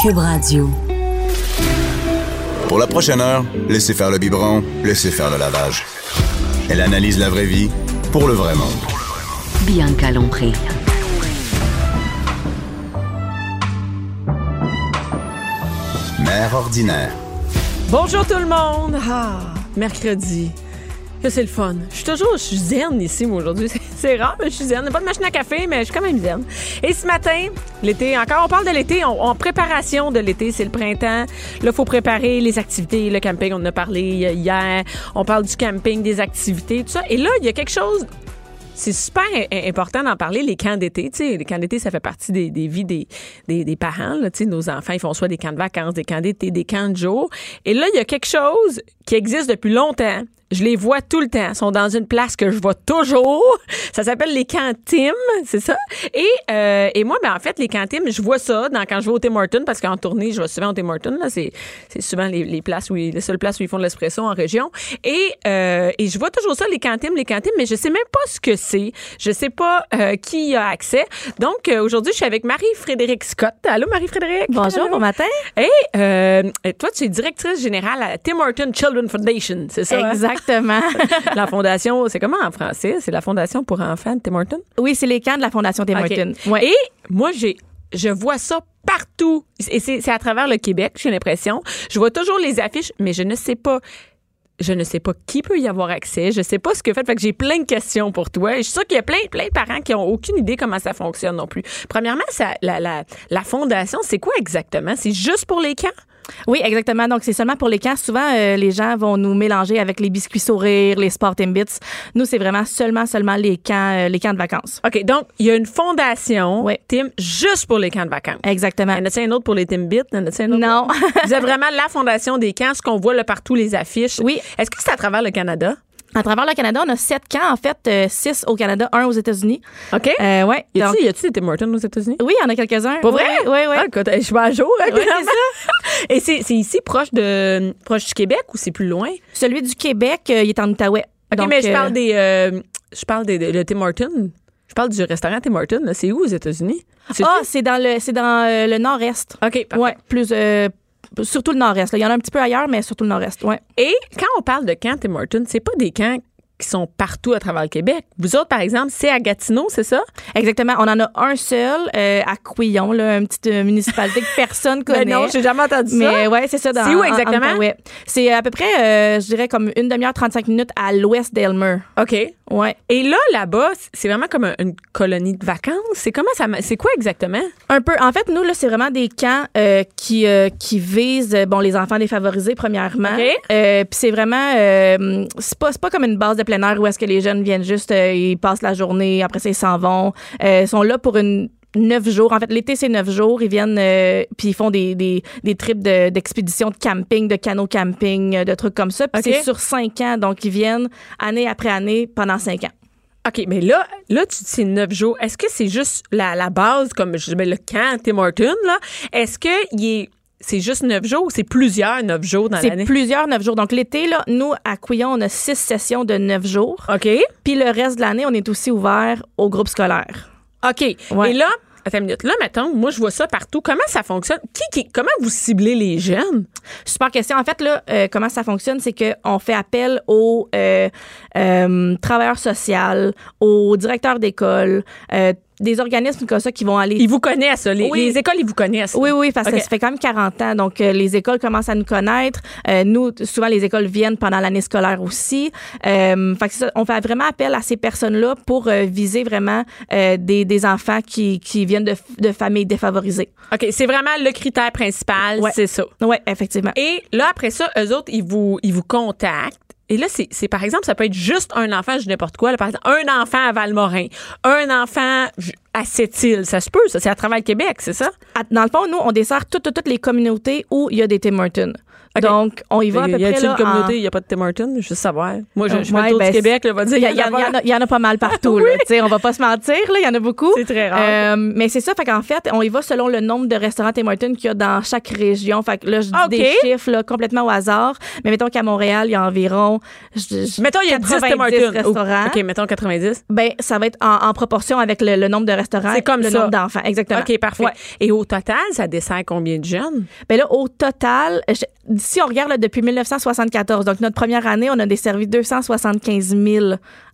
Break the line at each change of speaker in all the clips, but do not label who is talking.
Cube Radio.
Pour la prochaine heure, laissez faire le biberon, laissez faire le lavage. Elle analyse la vraie vie pour le vrai monde.
Bianca Lompré.
Mère ordinaire.
Bonjour tout le monde! Ah, mercredi. Que c'est le fun. Je suis toujours, je suis zen ici, moi, aujourd'hui. C'est- C'est rare, mais je suis zen. Pas de machine à café, mais je suis quand même zen. Et ce matin, l'été, encore, on parle de l'été, on, en préparation de l'été, c'est le printemps. Là, faut préparer les activités, le camping, on en a parlé hier. On parle du camping, des activités, tout ça. Et là, il y a quelque chose c'est super i- i- important d'en parler, les camps d'été. Tu sais, les camps d'été, ça fait partie des, des vies des, des, des parents. Là. Tu sais, nos enfants, ils font soit des camps de vacances, des camps d'été, des camps de jour. Et là, il y a quelque chose qui existe depuis longtemps. Je les vois tout le temps. Ils sont dans une place que je vois toujours. Ça s'appelle les camps Tim, c'est ça? Et, euh, et moi, ben, en fait, les camps Tim, je vois ça dans, quand je vais au Tim Hortons, parce qu'en tournée, je vais souvent au Tim Hortons. là. C'est c'est souvent les, les places où, ils- les seules places où ils font de l'espresso en région. Et, euh, et je vois toujours ça, les cantines, les cantines, mais je sais même pas ce que c'est. Je sais pas euh, qui y a accès. Donc, euh, aujourd'hui, je suis avec Marie-Frédéric Scott. Allô, Marie-Frédéric?
Bonjour,
Allô?
bon matin.
Hey, euh, toi, tu es directrice générale à Tim Horton Children Foundation, c'est ça? hein?
Exactement.
La fondation, c'est comment en français? C'est la fondation pour enfants de Tim Horton?
oui, c'est les camps de la Fondation Tim
OK.
Hortons. Ouais.
Et moi, j'ai, je vois ça partout. Et c'est, c'est à travers le Québec, j'ai l'impression. Je vois toujours les affiches, mais je ne sais pas. Je ne sais pas qui peut y avoir accès. Je sais pas ce que fait. Fait que j'ai plein de questions pour toi. Et je suis sûre qu'il y a plein, plein de parents qui ont aucune idée comment ça fonctionne non plus. Premièrement, ça, la, la, la fondation, c'est quoi exactement? C'est juste pour les camps?
Oui, exactement. Donc, c'est seulement pour les camps. Souvent, euh, les gens vont nous mélanger avec les biscuits sourires, les Sport Bits. Nous, c'est vraiment seulement, seulement les camps, euh, les camps de vacances.
OK. Donc, il y a une fondation,
Oui.
Tim, juste pour les camps de vacances.
Exactement.
Y en a-t-il un autre pour les Timbits? Y en a-t-il un autre?
Non.
Vous êtes vraiment la fondation des camps, ce qu'on voit là partout, les affiches.
Oui.
Est-ce que c'est à travers le Canada?
À travers le Canada, on a sept camps, en fait, euh, six au Canada, un aux États-Unis.
OK.
Euh, ouais.
y
Donc-
a-t-il y a-t-il des Tim Hortons aux États-Unis?
oui, il y en a quelques-uns.
Pas vrai?
Oui, oui.
Ah, écoute, je suis pas à jour. hein,
Oui, c'est
clairement. Et c'est c'est ici, proche, de, proche du Québec ou c'est plus loin?
Celui du Québec, euh, il est en Outaouais.
OK,
Donc,
mais je parle
euh,
des. euh, je parle des, de- le Tim Hortons. Je parle du restaurant Tim Hortons. là. C'est où aux États-Unis? C'est-
Ah, c'est dans le, c'est dans euh, le nord-est.
OK, parfait.
Ouais, plus, euh, surtout le nord-est. là. Il y en a un petit peu ailleurs, mais surtout le nord-est. Ouais.
Et quand on parle de camps Tim Hortons, c'est pas des camps qui sont partout à travers le Québec. Vous autres, par exemple, c'est à Gatineau, c'est ça?
Exactement. On en a un seul euh, à Couillon, là, une petite euh, municipalité que personne connaît.
Ben non, j'ai jamais entendu
mais
ça.
ouais, c'est ça. dans-
C'est où
en- en
exactement?
Outaouais. C'est à peu près, euh, je dirais, comme une demi-heure, 35 minutes à l'ouest d'Elmer.
OK.
Ouais.
Et là, là-bas, c'est vraiment comme un- une colonie de vacances. C'est comment ça, ma- c'est quoi exactement?
Un peu. En fait, nous, là, c'est vraiment des camps euh, qui, euh, qui visent, euh, bon, les enfants défavorisés, premièrement.
OK.
Euh, Puis c'est vraiment, euh, c'est pas, c'est pas comme une base de plein air où est-ce que les jeunes viennent juste, euh, ils passent la journée, après ça, ils s'en vont. Euh, ils sont là pour une neuf jours. En fait, l'été, c'est neuf jours. Ils viennent, euh, puis ils font des, des, des trips de- d'expédition, de, camping, de canot camping, euh, de trucs comme ça. Puis
OK.
c'est sur cinq ans. Donc, ils viennent année après année pendant cinq ans.
OK, mais là, là, tu dis c'est neuf jours. Est-ce que c'est juste la, la base, comme je dis, ben, le camp Tim Hortons, là? Est-ce que il est, c'est juste neuf jours ou c'est plusieurs neuf jours dans
C'est
l'année?
plusieurs neuf jours. Donc, l'été, là, nous, à Couillon, on a six sessions de neuf jours.
OK.
Puis le reste de l'année, on est aussi ouvert au groupe scolaire.
OK.
Ouais.
Et là, attends une minute. Là, mettons, moi, je vois ça partout. Comment ça fonctionne? Qui, qui- comment vous ciblez les jeunes?
Super question. En fait, là, euh, comment ça fonctionne, c'est qu'on fait appel aux euh, euh, travailleurs sociaux, aux directeurs d'école, euh, des organismes comme ça qui vont aller
Ils vous connaissent, là. les,
Oui.
les écoles, ils vous connaissent.
Oui, oui, parce
OK.
que ça fait quand même 40 ans. Donc, euh, les écoles commencent à nous connaître. Euh, nous, t- souvent, les écoles viennent pendant l'année scolaire aussi. Euh, fait que c'est ça, on fait vraiment appel à ces personnes-là pour euh, viser vraiment euh, des, des enfants qui, qui viennent de, f- de familles défavorisées.
OK, c'est vraiment le critère principal,
Ouais.
c'est ça.
Oui, effectivement.
Et là, après ça, eux autres, ils vous, ils vous contactent. Et là, c'est, c'est, par exemple, ça peut être juste un enfant, je dis n'importe quoi. là, par exemple, un enfant à Valmorin, un enfant j- à Sept-Îles. Ça se peut, ça. C'est à travers le Québec, c'est ça?
À- dans le fond, nous, on dessert toutes, toutes, toutes les communautés où il y a des Tim Hortons.
OK.
Donc, on y va à peu
y a
près là,
une
en-
communauté, il n'y a pas de Tim Hortons? Je veux savoir. Moi, je, je fais
Ouais,
le tour
ben,
du Québec, là, on va dire.
Il y, a-
en
il y en- il y en a- il y en a pas mal partout. là, tu sais, on va pas se mentir, là, il y en a beaucoup.
C'est très rare.
Euh, mais c'est ça, fait qu'en fait, on y va selon le nombre de restaurants Tim Hortons qu'il y a dans chaque région. Fait que là, je dis
OK.
des chiffres là, complètement au hasard. Mais mettons qu'à Montréal, il y a environ. je- je-
Mettons, il y a 10 Tim
90
Hortons.
restaurants.
OK, mettons 90.
Ben, ça va être en, en proportion avec le, le nombre de restaurant,
C'est comme
le
ça.
nombre d'enfants. Exactement.
OK, parfait.
Ouais.
Et au total, ça dessert combien de jeunes?
Ben là, au total, je- si on regarde là, depuis 1974, donc notre première année, on a desservi 275 000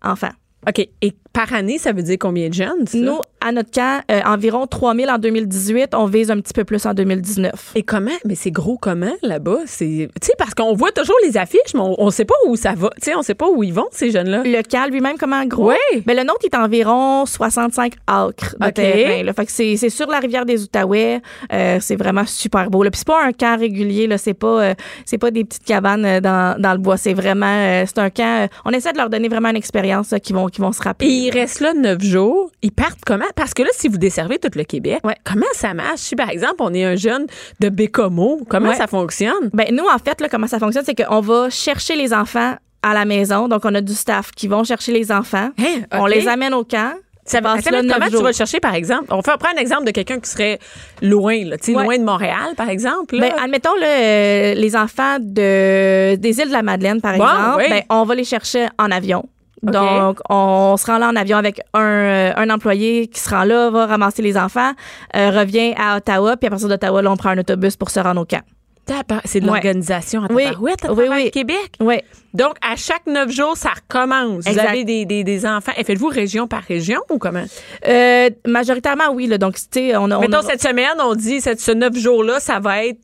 enfants.
OK. Et par année, ça veut dire combien de jeunes? ça?
Nous, à notre camp, euh, environ 3 000 en 2018. On vise un petit peu plus en 2019.
Et comment? Mais c'est gros comment là-bas? C'est, tu sais, parce qu'on voit toujours les affiches, mais on, on sait pas où ça va. Tu sais, on sait pas où ils vont, ces jeunes-là.
Le camp lui-même, comment gros?
Ouais.
Ben, le nôtre est environ 65 acres de
OK.
terrain. là. Fait que c'est, c'est sur la rivière des Outaouais. Euh, c'est vraiment super beau. Là. Puis c'est pas un camp régulier. Là. C'est, pas, euh, c'est pas des petites cabanes euh, dans, dans le bois. C'est vraiment... euh, c'est un camp... euh, on essaie de leur donner vraiment une expérience là, qu'ils vont, qu'ils vont se
Et
rappeler.
ils restent là neuf jours. Ils partent comment? Parce que là, si vous desservez tout le Québec,
Ouais.
comment ça marche? Si, par exemple, on est un jeune de Bécomo, comment
Ouais.
ça fonctionne?
Ben, nous, en fait, là, comment ça fonctionne, c'est qu'on va chercher les enfants à la maison. Donc, on a du staff qui vont chercher les enfants.
Hein,
On
OK.
les amène au camp.
Ça va
Ils passent là neuf
comment tu
jours.
vas le chercher, par exemple? On fait prendre un exemple de quelqu'un qui serait loin, là, tu sais,
Ouais.
loin de Montréal, par exemple. là.
Ben, admettons là, euh, les enfants de, des îles de la Madeleine, par
Bon,
exemple,
oui.
ben, on va les chercher en avion.
OK.
Donc, on se rend là en avion avec un, euh, un employé qui se rend là, va ramasser les enfants, euh, revient à Ottawa, puis à partir d'Ottawa, là, on prend un autobus pour se rendre au camp.
Tabar- C'est de
Ouais.
l'organisation en
Oui.
tabarouette à
Oui,
travers
oui.
le Québec.
Oui.
Donc, à chaque neuf jours, ça recommence.
Exact.
Vous avez des, des, des enfants. Et faites-vous région par région ou comment?
Euh, majoritairement, oui. Là, donc, tu sais, on a... on
Mettons,
a-
cette semaine, on dit cette, ce neuf jours-là, ça va être.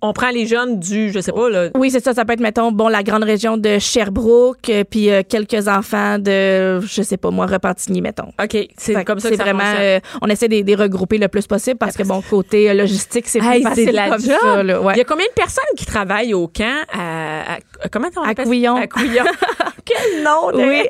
On prend les jeunes du, je sais pas, là.
Oui, c'est ça. Ça peut être, mettons, bon, la grande région de Sherbrooke, euh, puis euh, quelques enfants de, je sais pas moi, Repentigny, mettons.
OK,
Fait
c'est
que
comme ça que
c'est
ça
vraiment.
fonctionne.
euh, on essaie de les regrouper le plus possible parce que, bon, côté euh, logistique, c'est
Hey,
plus
c'est
facile
de la
comme
job.
ça. là, ouais.
Il y a combien de personnes qui travaillent au camp à, à- à- comment on
À
appelle ça?
Couillon.
À Couillon. Quel nom de-
Oui.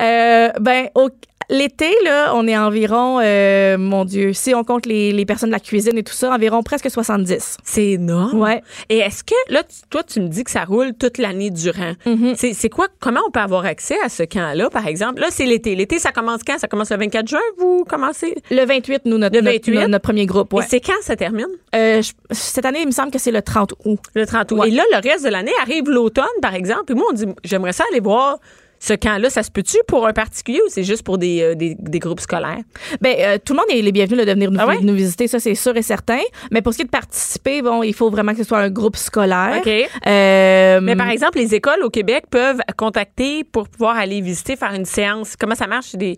Euh, ben, au- L'été, là, on est environ, euh, mon Dieu, si on compte les, les personnes de la cuisine et tout ça, environ presque 70.
C'est énorme.
Ouais.
Et est-ce que là, tu- toi, tu me dis que ça roule toute l'année durant.
Mm-hmm.
C'est c'est quoi Comment on peut avoir accès à ce camp-là, par exemple Là, c'est l'été. L'été, ça commence quand Ça commence le 24 juin. Vous commencez
Le 28, nous, notre,
Le
notre-
28?
notre, notre premier groupe. ouais.
Et c'est quand ça termine
Euh, je- cette année, il me semble que c'est le 30 août.
Le 30 août. Et là, le reste de l'année arrive l'automne, par exemple. Puis moi, on dit, j'aimerais ça aller voir ce camp-là. Ça se peut-tu pour un particulier ou c'est juste pour des, euh, des, des groupes scolaires?
Ben, euh, tout le monde est les bienvenus là, de venir nous,
Ah ouais?
nous visiter, ça c'est sûr et certain. Mais pour ce qui est de participer, bon, il faut vraiment que ce soit un groupe scolaire.
OK.
Euh,
Mais par exemple, les écoles au Québec peuvent contacter pour pouvoir aller visiter, faire une séance. Comment ça marche? Des,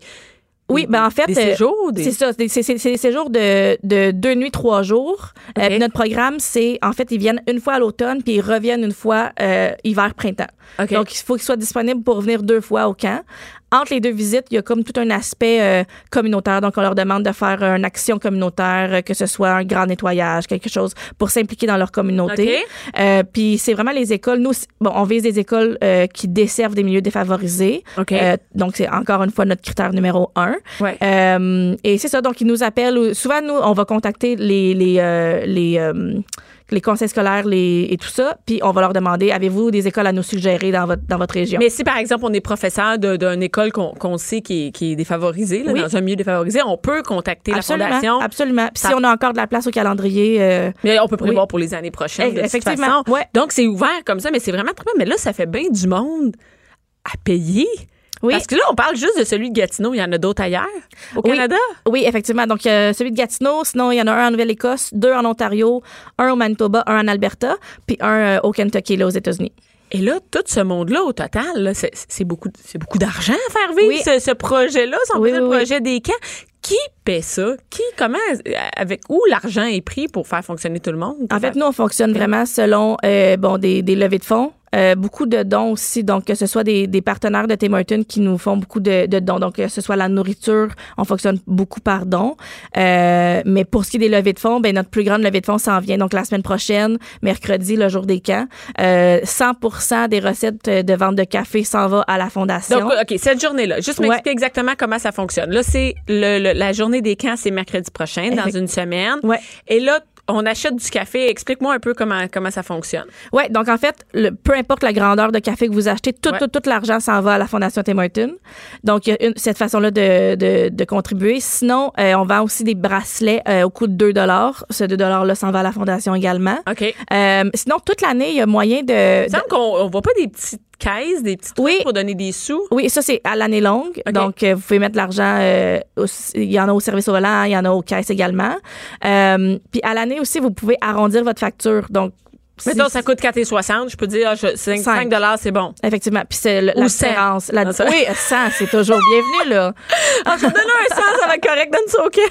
oui, ben en fait,
des
euh,
séjours? Des...
c'est ça, des- c'est c'est- c'est des séjours de, de deux nuits, trois jours. Euh,
OK.
puis notre programme, c'est en fait, ils viennent une fois à l'automne, puis ils reviennent une fois euh, hiver-printemps.
OK.
Donc, il faut qu'ils soient disponibles pour venir deux fois au camp. Entre les deux visites, il y a comme tout un aspect euh, communautaire. Donc, on leur demande de faire une action communautaire, euh, que ce soit un grand nettoyage, quelque chose pour s'impliquer dans leur communauté.
OK.
Euh, puis c'est vraiment les écoles. Nous, c'est- bon, on vise des écoles euh, qui desservent des milieux défavorisés.
OK.
Euh, donc, c'est encore une fois notre critère numéro un.
Ouais.
Euh, et c'est ça. Donc, ils nous appellent. ou- Souvent, nous, on va contacter les, les, euh, les, euh, les conseils scolaires les, et tout ça. Puis, on va leur demander avez-vous des écoles à nous suggérer dans votre, dans votre région?
Mais si, par exemple, on est professeur de- d'une école qu'on qu'on sait qui est, qui est défavorisée, là,
Oui.
dans un milieu défavorisé, on peut contacter
absolument.
la fondation.
Absolument. Puis,
Ça-
si on a encore de la place au calendrier. euh,
Mais on peut prévoir pour les années prochaines. De toute
Effectivement,
façon.
ouais.
Donc, c'est ouvert comme ça, mais c'est vraiment très bien. Mais là, ça fait bien du monde à payer.
Oui.
Parce que là, on parle juste de celui de Gatineau. Il y en a d'autres ailleurs, au
Oui.
Canada.
Oui, effectivement. Donc, euh, celui de Gatineau, sinon, il y en a un en Nouvelle-Écosse, deux en Ontario, un au Manitoba, un en Alberta, puis un euh, au Kentucky, là, aux États-Unis.
Et là, tout ce monde-là, au total, là, c'est- c'est beaucoup, c'est beaucoup d'argent à faire vivre,
Oui.
ce, ce projet-là, si on peut
Oui,
dire le
oui, oui.
projet des camps. Qui paie ça? Qui, comment, avec où l'argent est pris pour faire fonctionner tout le monde?
En fait, nous, on fonctionne vraiment selon euh, bon, des, des levées de fonds. euh, beaucoup de dons aussi, donc que ce soit des, des partenaires de Tim Hortons qui nous font beaucoup de, de dons, donc que ce soit la nourriture, on fonctionne beaucoup par dons. Euh, mais pour ce qui est des levées de fonds, ben, notre plus grande levée de fonds s'en vient donc la semaine prochaine, mercredi, le jour des camps. Euh, 100% des recettes de vente de café s'en va à la fondation.
donc, euh, OK, cette journée-là, juste
Ouais.
m'expliquer exactement comment ça fonctionne. Là, c'est le- le- la journée des camps, c'est mercredi prochain, dans
Effect-
une semaine.
Ouais.
Et là, on achète du café. Explique-moi un peu comment, comment ça fonctionne.
Oui, donc en fait, le, peu importe la grandeur de café que vous achetez, tout,
Ouais.
tout, tout l'argent s'en va à la Fondation Tim Hortons. Donc, il y a une- cette façon-là de, de, de contribuer. Sinon, euh, on vend aussi des bracelets euh, au coût de 2 Ce 2 $-là s'en va à la Fondation également.
OK.
Euh, sinon, toute l'année, il y a moyen
Il
de...
me semble qu'on on voit pas des petites caisses, des petits trucs
Oui.
pour donner des sous.
Oui, ça, c'est à l'année longue. Donc, euh, vous pouvez mettre l'argent. euh, au- il y en a au service au volant, il y en a aux caisses également. Euh, puis à l'année aussi, vous pouvez arrondir votre facture. Donc, si-
Mettons, ça coûte 4,60. Je peux dire, ah, je- 5,
Cinq.
dollars, c'est bon.
Effectivement. Puis c'est le- la
Ou cent.
différence. La,
Non, ça-
oui, 100, c'est toujours bienvenu, là.
Ah, je vais donner un 100, ça va être correct, donne ça au cœur.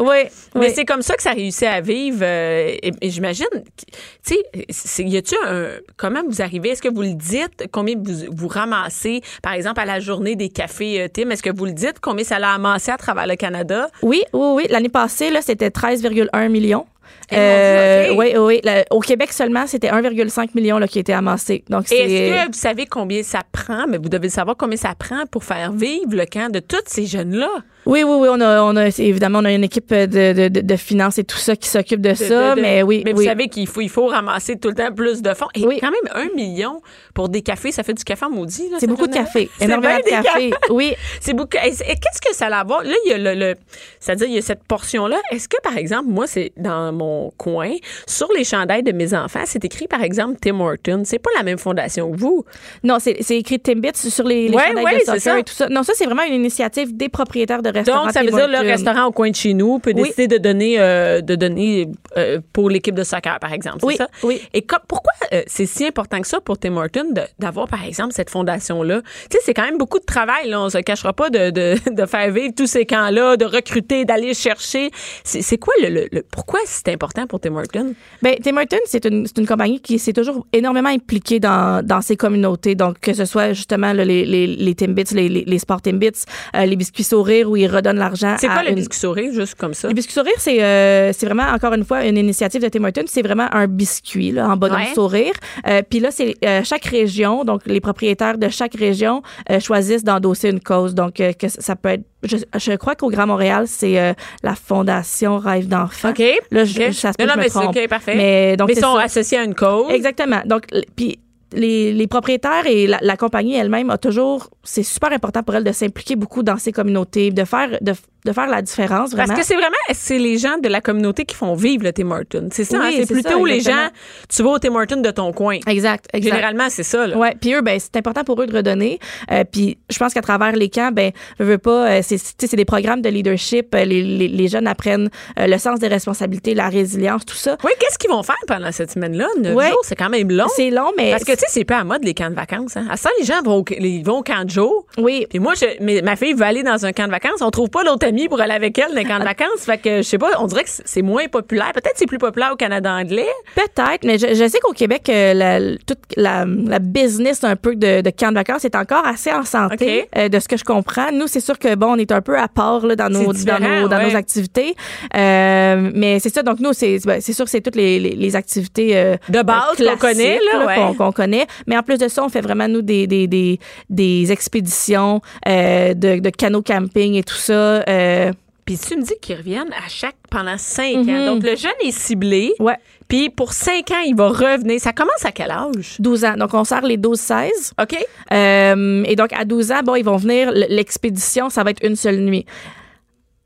Oui.
Mais
oui.
c'est comme ça que ça réussit à vivre. euh, et et j'imagine, qu- tu sais, c'est- y a-tu un. Comment vous arrivez? Est-ce que vous le dites? Combien vous, vous ramassez, par exemple, à la journée des cafés euh, Tim? Est-ce que vous le dites? Combien ça l'a amassé à travers le Canada?
Oui, oui, oui. L'année passée, là, c'était 13,1 millions. Euh,
Eh, mon Dieu, ok.
Oui, oui. oui. Le- au Québec seulement, c'était 1,5 million là, qui était amassé. Donc,
Et
c'est.
est-ce que vous savez combien ça prend? Mais vous devez le savoir combien ça prend pour faire vivre le camp de tous ces jeunes-là.
Oui, oui, oui. On a, on a, c'est- évidemment, on a une équipe de, de, de, de finances et tout ça qui s'occupe de,
de-
ça.
de- de-
mais oui.
Mais
oui.
vous savez qu'il faut, il faut ramasser tout le temps plus de fonds. Et
Oui.
quand même, un million pour des cafés, ça fait du café en maudit. là,
C'est
cette
beaucoup de
journée-là.
café.
C'est
Énormément
bien
de
des
café.
cafés.
Oui.
C'est beaucoup. Et c'est- et qu'est-ce que ça va avoir? Là, il y a le. le- C'est-à-dire, il y a cette portion-là. Est-ce que, par exemple, moi, c'est dans mon coin, sur les chandails de mes enfants, c'est écrit, par exemple, Tim Horton. C'est pas la même fondation que vous.
Non, c'est c'est écrit Timbits sur les, les
Ouais,
chandails
ouais,
de
c'est
soccer
ça.
et tout ça. Non, ça, c'est vraiment une initiative des propriétaires de restaurants.
Donc, ça veut dire le
Tim Hortons.
restaurant au coin de chez nous peut
Oui.
décider de donner, euh, de donner euh, pour l'équipe de soccer, par exemple. c'est
Oui,
ça?
oui.
Et comme- pourquoi euh, c'est si important que ça pour Tim Horton de- d'avoir, par exemple, cette fondation-là? Tu sais, c'est quand même beaucoup de travail. Là, on se cachera pas de, de, de faire vivre tous ces camps-là, de recruter, d'aller chercher. C'est c'est quoi le, le- le- Pourquoi c'est important pour Tim Horton?
Ben, Tim Hortons, c'est une, c'est une compagnie qui s'est toujours énormément impliquée dans, dans ses communautés. Donc, que ce soit justement là, les, les, les Timbits, les, les, les sports Timbits, euh, les biscuits sourires où ils redonnent l'argent.
C'est
à
quoi le
Ah, une-
biscuit souris, juste comme ça?
Le biscuit sourire, c'est euh, c'est vraiment, encore une fois, une initiative de Tim Hortons. C'est vraiment un biscuit là, en bonhomme
Ouais.
sourire. Euh, Puis là, c'est euh, chaque région, donc les propriétaires de chaque région euh, choisissent d'endosser une cause. Donc, euh, que ça- ça peut être... Je, je crois qu'au Grand Montréal, c'est euh, la Fondation Rêve d'enfant.
OK.
Là, je-
OK.
ça se peut
non, non,
que je me
mais c'est
trompe.
OK, parfait.
Mais, donc,
mais
c'est
ils sont
ça.
associés à une cause.
Exactement. Donc, l- puis les, les propriétaires et la, la compagnie elle-même a toujours, c'est super important pour elle de s'impliquer beaucoup dans ces communautés, de faire, de, f- de faire la différence vraiment.
Parce que c'est vraiment, c'est les gens de la communauté qui font vivre le Tim Hortons. C'est ça,
Oui,
hein? c'est
c'est
plutôt
ça,
les
exactement.
gens, tu vas au Tim Hortons de ton coin.
Exact, exact.
Généralement, c'est ça. Là.
Ouais, puis eux, ben, c'est important pour eux de redonner. Euh, puis je pense qu'à travers les camps, ben, je veux pas, euh, c'est, tu sais, c'est des programmes de leadership. Euh, Les, les, les jeunes apprennent euh, le sens des responsabilités, la résilience, tout ça.
Oui, qu'est-ce qu'ils vont faire pendant cette semaine-là? Neuf
Ouais.
jours, c'est quand même long.
C'est long, mais
Parce que, tu sais, c'est pas à mode les camps de vacances. Hein. À ça, les gens vont au, ils vont au camp de jour.
oui,
Puis moi, je, mais ma fille veut aller dans un camp de vacances. On trouve pas l'autre amie pour aller avec elle dans un camp de vacances. Fait que, je sais pas, on dirait que c'est- c'est moins populaire. Peut-être que c'est plus populaire au Canada anglais.
Peut-être, mais je, je sais qu'au Québec, euh, la, toute la, la business un peu de, de camp de vacances est encore assez en santé,
OK.
euh, de ce que je comprends. Nous, c'est sûr que bon, on est un peu à part là, dans nos
différent,
dans nos, dans
ouais.
nos activités, Euh, mais c'est ça. Donc nous, c'est ben, c'est sûr, que c'est toutes les, les, les activités euh,
De base
euh,
qu'on
classiques,
connaît, là, ouais.
qu'on- qu'on connaît. Mais en plus de ça, on fait vraiment nous des des, des, des expéditions euh, de, de canot camping et tout ça. Euh,
Puis tu me dis qu'ils reviennent à chaque pendant cinq
Mm-hmm.
ans. Donc le jeune est ciblé.
ouais.
Puis pour cinq ans, il va revenir. Ça commence à quel âge?
12 ans. Donc, on sert les 12-16.
OK.
Euh, et donc, à 12 ans, bon, ils vont venir, l- l'expédition, ça va être une seule nuit.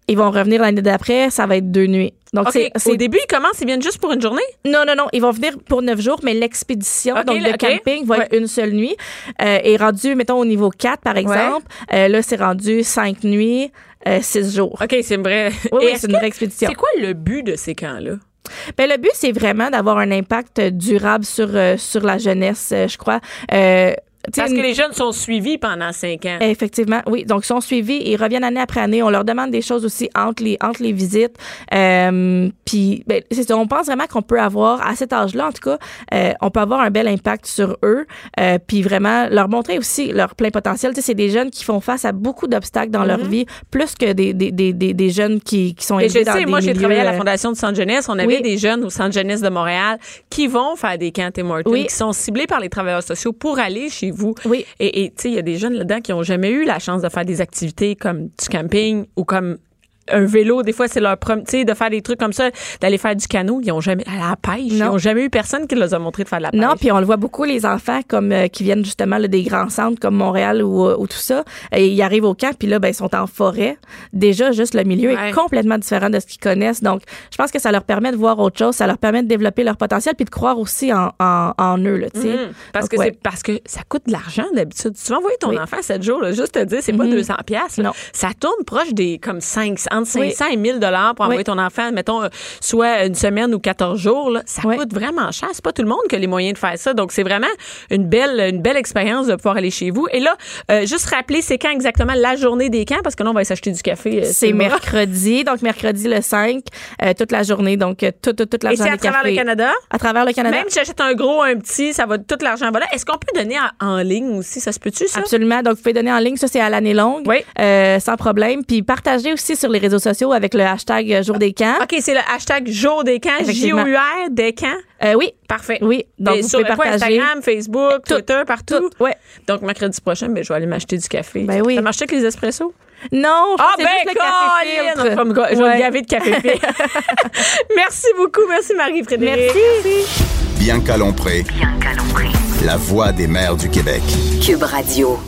Ils vont revenir l'année d'après, ça va être deux nuits. Donc,
OK.
c'est- c'est.
Au début, ils commencent, ils viennent juste pour une journée?
Non, non, non. Ils vont venir pour neuf jours, mais l'expédition,
OK,
donc
là,
le
OK.
camping, va être une seule nuit. Euh, et rendu, mettons, au niveau 4, par exemple, euh, là, c'est rendu cinq nuits, euh, six jours.
OK, c'est vrai.
Oui,
Et
oui,
est-ce
c'est une
que-
vraie expédition.
C'est quoi le but de ces camps-là?
Ben, le but, c'est vraiment d'avoir un impact durable sur, euh, sur la jeunesse, euh, je crois. Euh, tu sais,
Parce que
une-
les jeunes sont suivis pendant cinq ans.
Effectivement, oui. Donc, ils sont suivis, ils reviennent année après année. On leur demande des choses aussi entre les, entre les visites. Euh, puis, ben, c'est ça, on pense vraiment qu'on peut avoir, à cet âge-là, en tout cas, euh, on peut avoir un bel impact sur eux. Euh, puis, vraiment, leur montrer aussi leur plein potentiel. Tu sais, c'est des jeunes qui font face à beaucoup d'obstacles dans leur vie, plus que des, des, des, des, des jeunes qui, qui sont
Mm-hmm. Mais je
élevés dans
sais,
des
moi, j'ai
milieux,
travaillé à la
euh,
Fondation de Centre Jeunesse. On avait
oui.
des jeunes au Centre Jeunesse de Montréal qui vont faire des camps Tim Hortons,
Oui.
qui sont ciblés par les travailleurs sociaux pour aller chez vous.
Oui.
Et et, tu sais, il y a des jeunes là-dedans qui n'ont jamais eu la chance de faire des activités comme du camping ou comme un vélo, des fois, c'est leur premier, tu sais, de faire des trucs comme ça, d'aller faire du canot. Ils ont jamais, à la pêche. Ils
Non.
ont jamais eu personne qui leur a montré de faire de la pêche.
Non, puis on le voit beaucoup, les enfants comme euh, qui viennent justement là, des grands centres comme Montréal ou, euh, ou tout ça. Et ils arrivent au camp, puis là, ben, ils sont en forêt. Déjà, juste le milieu
Ouais.
est complètement différent de ce qu'ils connaissent. Donc, je pense que ça leur permet de voir autre chose, ça leur permet de développer leur potentiel, puis de croire aussi en, en, en eux. Là, tu sais.
Mhm. Parce
Donc,
que
ouais.
c'est parce que ça coûte de l'argent d'habitude. Tu vas envoyer ton
Oui. Mm-hmm.
enfant à 7 jours, là, juste te dire, c'est pas 200 pièces.
Non.
Ça tourne proche des comme 5, entre
Oui.
500 et 1000 dollars pour
Oui.
envoyer ton enfant, mettons, euh, soit une semaine ou 14 jours. là. Ça
Oui.
coûte vraiment cher. C'est pas tout le monde qui a les moyens de faire ça. Donc, c'est vraiment une belle, une belle expérience de pouvoir aller chez vous. Et là, euh, juste rappeler, c'est quand exactement la journée des camps? Parce que là, on va aller s'acheter du café. euh,
C'est
le moment.
mercredi, donc mercredi le 5, euh, toute la journée, donc euh, toute, toute, toute la
Et c'est
journée
à travers
café.
le Canada?
À travers le Canada.
Même si j'achète un gros, un petit, ça va tout l'argent va là. Est-ce qu'on peut donner en, en ligne aussi? Ça se peut-tu, ça?
Absolument. Donc, vous pouvez donner en ligne. Ça, c'est à l'année longue.
Oui.
Euh, sans problème. Puis, partagez aussi sur les réseaux sociaux avec le hashtag euh, Jour des camps.
OK, c'est le hashtag jour des camps,
Effectivement.
J-O-U-R des camps.
Euh, oui.
Parfait.
Oui. Donc,
Et
vous
sur
pouvez
quoi,
partager.
Instagram, Facebook,
Tout.
Twitter, partout.
Tout. Ouais.
Donc, mercredi prochain, ben, je vais aller m'acheter du café.
Ben oui.
Ça marche avec les espressos?
Non, je pense que c'est juste le café
Ah, ben, Colin!
filtre.
Je vais me- je vais me
Ouais.
gaver de café filtre. Merci beaucoup. Merci, Marie-Frédéric.
Merci.
Bianca Lompré,
Bianca Lompré.
la voix des mères du Québec.
Cube Radio.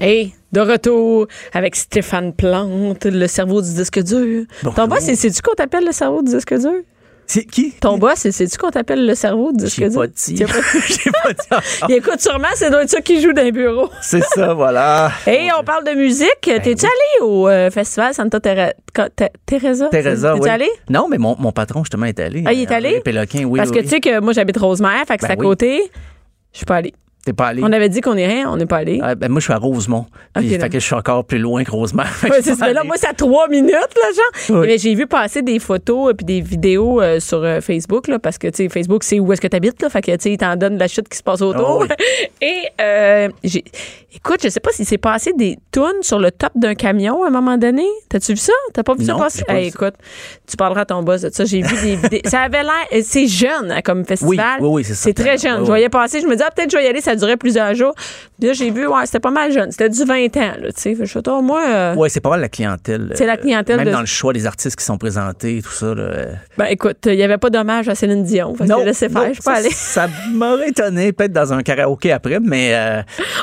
Hey, de retour avec Stéphane Plante, le cerveau du disque dur. Ton boss, c'est- c'est-tu qu'on t'appelle le cerveau du disque dur?
C'est qui?
Ton boss, c'est- c'est-tu qu'on t'appelle le cerveau du disque
J'ai
dur?
pas dit.
Tu as pas-
J'ai pas dit encore.
Il écoute sûrement, c'est doit être ça qui joue dans les bureaux.
C'est ça, voilà.
Hey, on parle de musique.
Ben
T'es-tu allé au euh, festival Santa Teresa? Teresa,
Teresa,
T'es-tu
oui.
allé?
Non, mais mon, mon patron, justement, est allé.
Ah, il est allé?
Henri Péloquin, oui.
Parce
oui,
que
oui.
tu sais que moi, j'habite Rosemère, fait que c'est à
Ben oui.
côté. Je suis pas allée.
T'es pas allé.
On avait dit qu'on irait, on n'est pas allé.
Ah, ben, moi, je suis à Rosemont. Puis,
Ok,
fait
non.
que je suis encore plus loin que Rosemère. Fait que
Ouais,
je suis
c'est ça.
pas
Mais là,
allé.
moi, c'est à trois minutes, là, genre.
Oui.
Mais j'ai vu passer des photos et puis des vidéos euh, sur euh, Facebook, là, parce que, tu sais, Facebook, c'est où est-ce que tu habites, là. Fait que, tu sais, ils t'en donnent de la chute qui se passe autour.
Ah
Et, euh, j'ai. Écoute, je sais pas si c'est passé des tunes sur le top d'un camion à un moment donné. T'as-tu vu ça? T'as pas vu ça
Non,
passer?
j'ai pas vu
Hey,
ça.
écoute, tu parleras à ton boss de ça. J'ai vu des vidéos. Ça avait l'air. euh, C'est jeune, hein, comme festival.
oui, oui, c'est ça.
C'est très jeune.
Oui, oui.
Je voyais passer, je me disais, ah, peut-être je vais y aller, ça durait plusieurs jours. Puis là, j'ai vu, ouais, c'était pas mal jeune. C'était du 20 ans, là, tu sais. Je suis oh, moi. euh,
Ouais, c'est pas mal la clientèle.
C'est la
Euh,
clientèle
Même
de-
dans le choix des artistes qui sont présentés, tout ça. là, euh,
Ben écoute, il n'y avait pas d'hommage à Céline Dion. Fait que j'ai laissé faire,
non,
je suis pas
ça-
allée.
Ça m'aurait étonné, peut-être dans un karaoké après, mais. euh,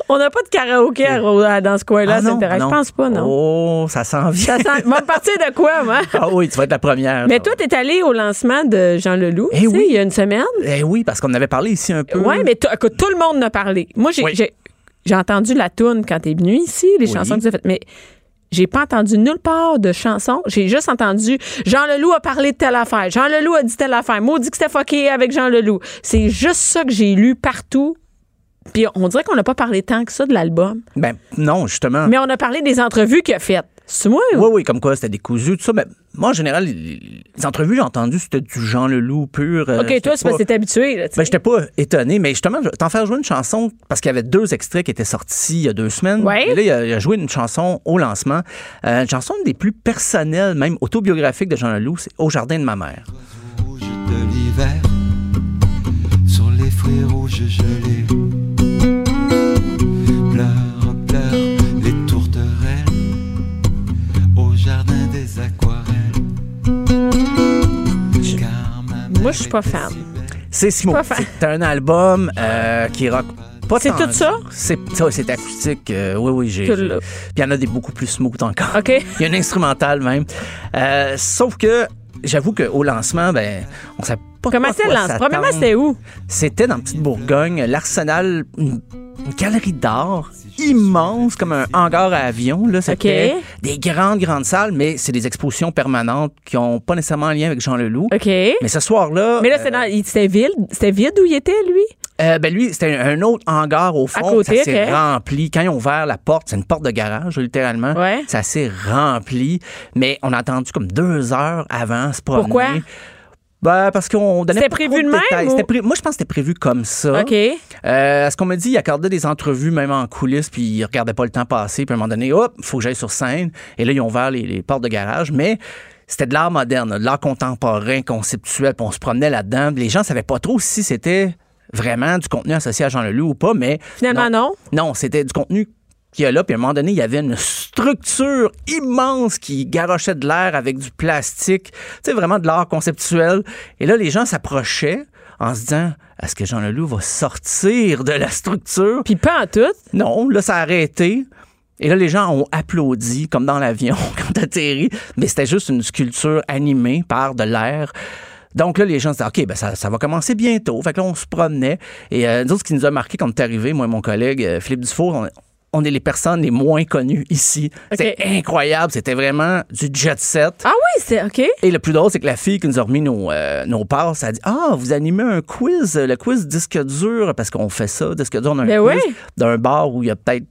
On n'a pas de karaoké à Rosa- dans ce coin-là,
ah,
ça
non,
intéresse.
non.
Je pense pas, non.
Oh, ça s'en
Ça
vient.
sent... Va me partir de quoi, moi?
Ah oui, tu vas être la première.
Mais
ça.
toi, t'es allé au lancement de Jean Leloup,
Eh
tu sais,
oui.
il y a une semaine.
Eh oui, parce qu'on avait parlé ici un peu.
Ouais, mais t- écoute, tout le monde en a parlé. Moi, j'ai
Oui.
j'ai- j'ai entendu la toune quand t'es venu ici, les
Oui.
chansons que tu as faites, mais j'ai pas entendu nulle part de chansons. J'ai juste entendu Jean Leloup a parlé de telle affaire, Jean Leloup a dit telle affaire, maudit que c'était fucké avec Jean Leloup. C'est juste ça que j'ai lu partout. Puis on dirait qu'on n'a pas parlé tant que ça de l'album,
Ben non, justement.
mais on a parlé des entrevues qu'il a faites. C'est moi ou-
Oui, oui, comme quoi c'était décousu, tout ça. Mais moi, en général, les les entrevues, j'ai entendu, c'était du Jean Leloup pur. euh,
OK, toi, c'est
c'était
parce
pas-
que t'es habitué. Là, tu sais.
Ben, j'étais pas étonné, mais justement, je vais t'en faire jouer une chanson parce qu'il y avait deux extraits qui étaient sortis il y a deux semaines.
Ouais.
Et là, il a, il a joué une chanson au lancement, euh, une chanson des plus personnelles, même autobiographiques de Jean Leloup, c'est Au jardin de ma mère.
rouge de l'hiver sur les fruits rouges gelés. Pleure, pleure les tourterelles au jardin des aquarelles. Car ma
Moi,
mère
je suis pas
était
fan.
si belle.
C'est Simo.
pas fan.
C'est un album euh, qui rock pas
C'est
tant-
tout ça?
C'est ça, c'est acoustique. euh, oui, oui, j'ai.
Tout
j'ai-
là.
Puis il y en a des beaucoup plus smooth encore.
OK.
Il y a une instrumentale même. Euh, sauf que j'avoue qu'au lancement, ben, on savait pas
Comment
à
c'était le
quoi
lancement?
s'attendre.
Premièrement, c'était où?
C'était dans Petite Bourgogne, l'Arsenal, une, une galerie d'art immense, comme un hangar à avion. Là, c'était
Ok.
des grandes, grandes salles, mais c'est des expositions permanentes qui n'ont pas nécessairement un lien avec Jean Leloup.
OK. Mais,
Mais ce soir-là,
là, c'était dans- il- c'était vide. C'était vide où il était, lui?
euh, ben lui, c'était un autre hangar au fond.
côté,
ça s'est
ok.
rempli. Quand ils ont ouvert la porte, c'est une porte de garage, littéralement.
Ouais.
Ça s'est rempli. Mais on a attendu comme deux heures avant se promener.
Pourquoi?
Ben, parce qu'on donnait
C'était
pas
prévu
trop
de même
détails.
ou-
C'était pré- Moi, je pense que c'était prévu comme ça.
OK.
Euh, à ce qu'on me dit, il accordait des entrevues même en coulisses, puis il regardait pas le temps passer. Puis à un moment donné, hop, faut que j'aille sur scène. Et là, ils ont ouvert les, les portes de garage, mais c'était de l'art moderne, de l'art contemporain, conceptuel. Puis on se promenait là-dedans. Les gens savaient pas trop si c'était vraiment du contenu associé à Jean Leloup ou pas, mais
Finalement, non.
non, c'était du contenu qu'il y a là. Puis à un moment donné, il y avait une structure immense qui garochait de l'air avec du plastique. Tu sais, vraiment de l'art conceptuel. Et là, les gens s'approchaient en se disant, est-ce que Jean Leloup va sortir de la structure?
Puis pas en tout.
Non, là, ça a arrêté. Et là, les gens ont applaudi, comme dans l'avion, quand t'atterris. Mais c'était juste une sculpture animée par de l'air. Donc là, les gens se disaient, OK, ben ça, ça va commencer bientôt. Fait que là, on se promenait. Et euh, nous autres, ce qui nous a marqué quand on est arrivé, moi et mon collègue euh, Philippe Dufour, on, on est les personnes les moins connues ici. C'était incroyable. C'était vraiment du jet set.
Ah oui, c'est OK.
Et le plus drôle, c'est que la fille qui nous a remis nos, euh, nos passes, elle a dit Ah, vous animez un quiz, le quiz disque dur, parce qu'on fait ça, disque dur, on a un
Ben
quiz
oui.
d'un bar où il y a peut-être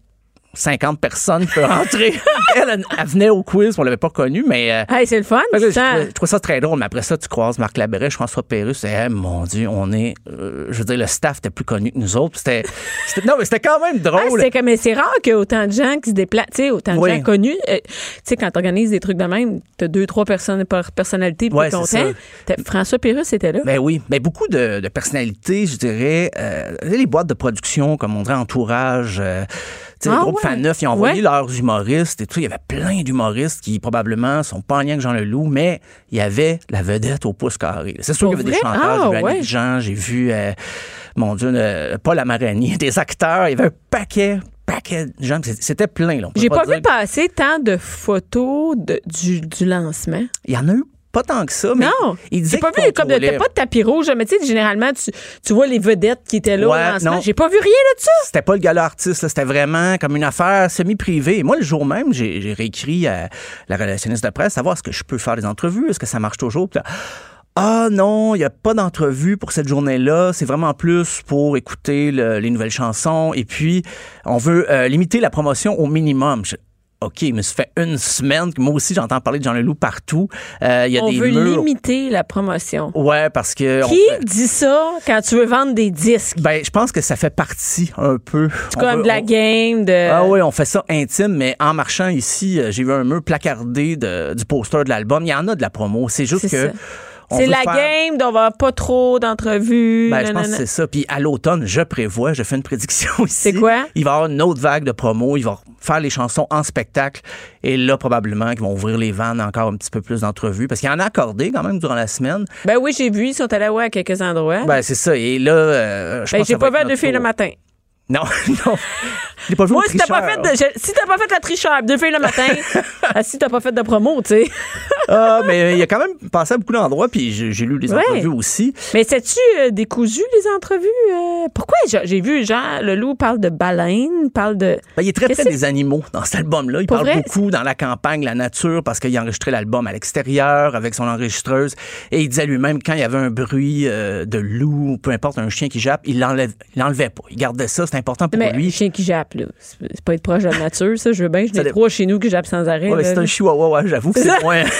50 personnes qui peuvent entrer. elle, elle, elle venait au quiz, on l'avait pas connue, mais. euh,
Hey, c'est le fun.
fait que là, je,
Ah, putain.
trouvais, je trouvais ça très drôle, mais après ça, tu croises Marc Labrèche, François Pérusse, et eh, mon Dieu, on est. euh, je veux dire, le staff était plus connu que nous autres. puis C'était, c'était- non, mais c'était quand même
Ah,
drôle.
c'est comme, mais c'est rare qu'il y ait autant de gens qui se déplacent, tu sais, autant de
Oui.
gens connus. Euh, tu sais, quand t'organises des trucs de même, t'as deux, trois personnes par personnalité plus
Ouais, c'est
content.
ça.
T'as- François Pérus était là.
Ben oui, ben beaucoup de, de personnalités, je dirais. euh, les boîtes de production, comme on dirait, entourage, euh, tu sais,
Ah
les groupes
ouais.
fan neuf, ils ont envoyé
Ouais.
leurs humoristes et tout. Il y avait plein d'humoristes qui probablement sont pas en lien avec Jean Leloup, mais il y avait la vedette au pouce carré. C'est sûr
Pour
qu'il y avait des
vrai?
chanteurs,
Ah,
j'ai vu Annick
ouais.
Jean, j'ai vu, euh, mon Dieu, euh, Paul Amarani, des acteurs, il y avait un paquet, paquet de gens. C'était- C'était plein, là. On peut
J'ai pas
dire
vu passer tant de photos de- du, du lancement.
Il y en a eu pas tant que ça, mais
non,
il disait
j'ai pas
qu'il
vu comme de,
contrôlait.
t'as pas de tapis rouge, mais tu sais, généralement tu, tu vois les vedettes qui étaient là
Ouais,
au lancement.
non.
J'ai pas vu rien là-dessus.
C'était pas le gala artiste, là, c'était vraiment comme une affaire semi-privée. Et Moi, le jour même, j'ai j'ai réécrit à la relationniste de presse, savoir est-ce que je peux faire des entrevues, est-ce que ça marche toujours. Puis là, ah non, il n'y a pas d'entrevue pour cette journée-là. C'est vraiment plus pour écouter le- les nouvelles chansons. Et puis, on veut euh, limiter la promotion au minimum. Je- OK, mais ça fait une semaine que moi aussi, j'entends parler de Jean Leloup partout. Euh, Il y a
On
des
veut
murs.
limiter la promotion.
Ouais, parce que... on
Qui
fait-
dit ça quand tu veux vendre des disques?
Ben, je pense que ça fait partie un peu. On
Comme
veut-
de la
on-
game, de.
Ah oui, on fait ça intime, mais en marchant ici, euh, j'ai vu un mur placardé de- du poster de l'album. Il y en a de la promo. C'est juste
C'est
que.
ça.
on
C'est
veut
la
faire-
game, donc on va avoir pas trop d'entrevues.
Ben, je pense que
nanana.
c'est ça. Puis à l'automne, je prévois, je fais une prédiction ici.
quoi?
Il va y avoir une autre vague de promo. Il va faire les chansons en spectacle. Et là, probablement, qu'ils vont ouvrir les vannes encore un petit peu plus d'entrevues. Parce qu'il y en a accordé quand même durant la semaine.
Ben oui, j'ai vu, ils sont allés ouais, à quelques endroits. Ben,
Ben, c'est ça. Et là, euh, je pense que
j'ai
ça va
pas
être
fait de
notre
filles le
tour.
matin.
Non, non. Je l'ai pas vu au
Moi, si t'as pas fait
tricheur.
de, je- si t'as pas fait la tricheur, deux filles le matin, ah, si t'as pas fait de promo, tu sais.
Ah, mais il a quand même passé à beaucoup d'endroits, puis j'ai j'ai lu les
Ouais.
entrevues aussi.
Mais sais-tu euh, décousu, les entrevues? euh? pourquoi? j'ai- J'ai vu, Jean Leloup parle de baleine, parle de.
Ben, il est très
Qu'est-ce
près
que-
des animaux dans cet album-là. Il
Pour
parle
vrai?
beaucoup dans la campagne, la nature, parce qu'il a enregistré l'album à l'extérieur avec son enregistreuse. Et il disait lui-même, quand il y avait un bruit euh, de loup, ou peu importe, un chien qui jappe, il l'enlève, il l'enlevait pas. Il gardait ça, c'est important pour
Mais
lui.
chien qui jappe, là. C'est c'est pas être proche de la nature, ça, je veux bien. J'en ai
dépend.
trois chez nous qui jappent sans arrêt.
Ouais, mais
là.
c'est un chihuahua, ouais, j'avoue que c'est moins...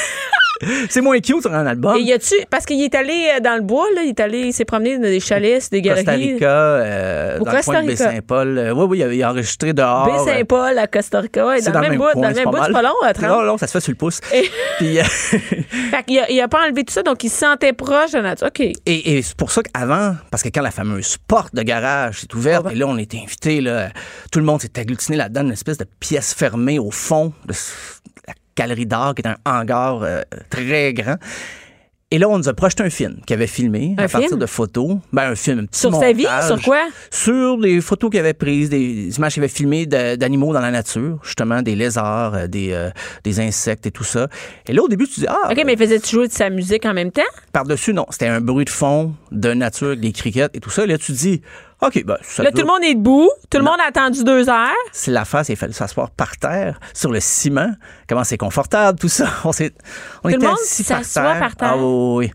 c'est moins cute sur un album.
Et y a-tu. Parce qu'il est allé euh, dans le bois, là. Il est allé, il s'est promené dans des chalets, sur des galeries.
Costa Rica, euh,
Au
dans le
Costa
coin de
Rica.
Baie-Saint-Paul. Euh, oui, oui, il a- il a enregistré dehors.
Baie
euh,
Saint-Paul à Costa Rica, ouais,
C'est
dans, le même bout, dans le
c'est
même bout,
mal.
c'est pas long à 30.
Non, non, ça se fait sur le pouce. Puis, euh,
Fait qu'il a, il a pas enlevé tout ça, donc il se sentait proche de la nature. OK.
et et c'est pour ça qu'avant, parce que quand la fameuse porte de garage s'est
Ah
ouverte, et là, on était invités, là, tout le monde s'est agglutiné là-dedans, une espèce de pièce fermée au fond de ce- la galerie d'art, qui est un hangar euh, très grand. Et là, on nous a projeté un film qu'il avait filmé
Un
à partir
film?
de photos. Ben, un film, un petit
Sur sa vie?
montage.
Sur quoi?
Sur des photos qu'il avait prises, des images qu'il avait filmées de- d'animaux dans la nature, justement, des lézards, euh, des, euh, des insectes et tout ça. Et là, au début, tu dis, ah,
OK, mais faisait-tu jouer de sa musique en même temps?
par-dessus, non, c'était un bruit de fond de nature, avec des criquettes et tout ça. Et là, tu dis, OK, ben, ça
Là,
doit-
tout le monde est debout. Tout le monde a attendu deux heures.
si la face, il fallait s'asseoir par terre, sur le ciment. Comment c'est confortable, tout ça. On, s'est, on
Tout le
était
monde
assis par
s'assoit
terre.
par terre.
Ah oui, oui.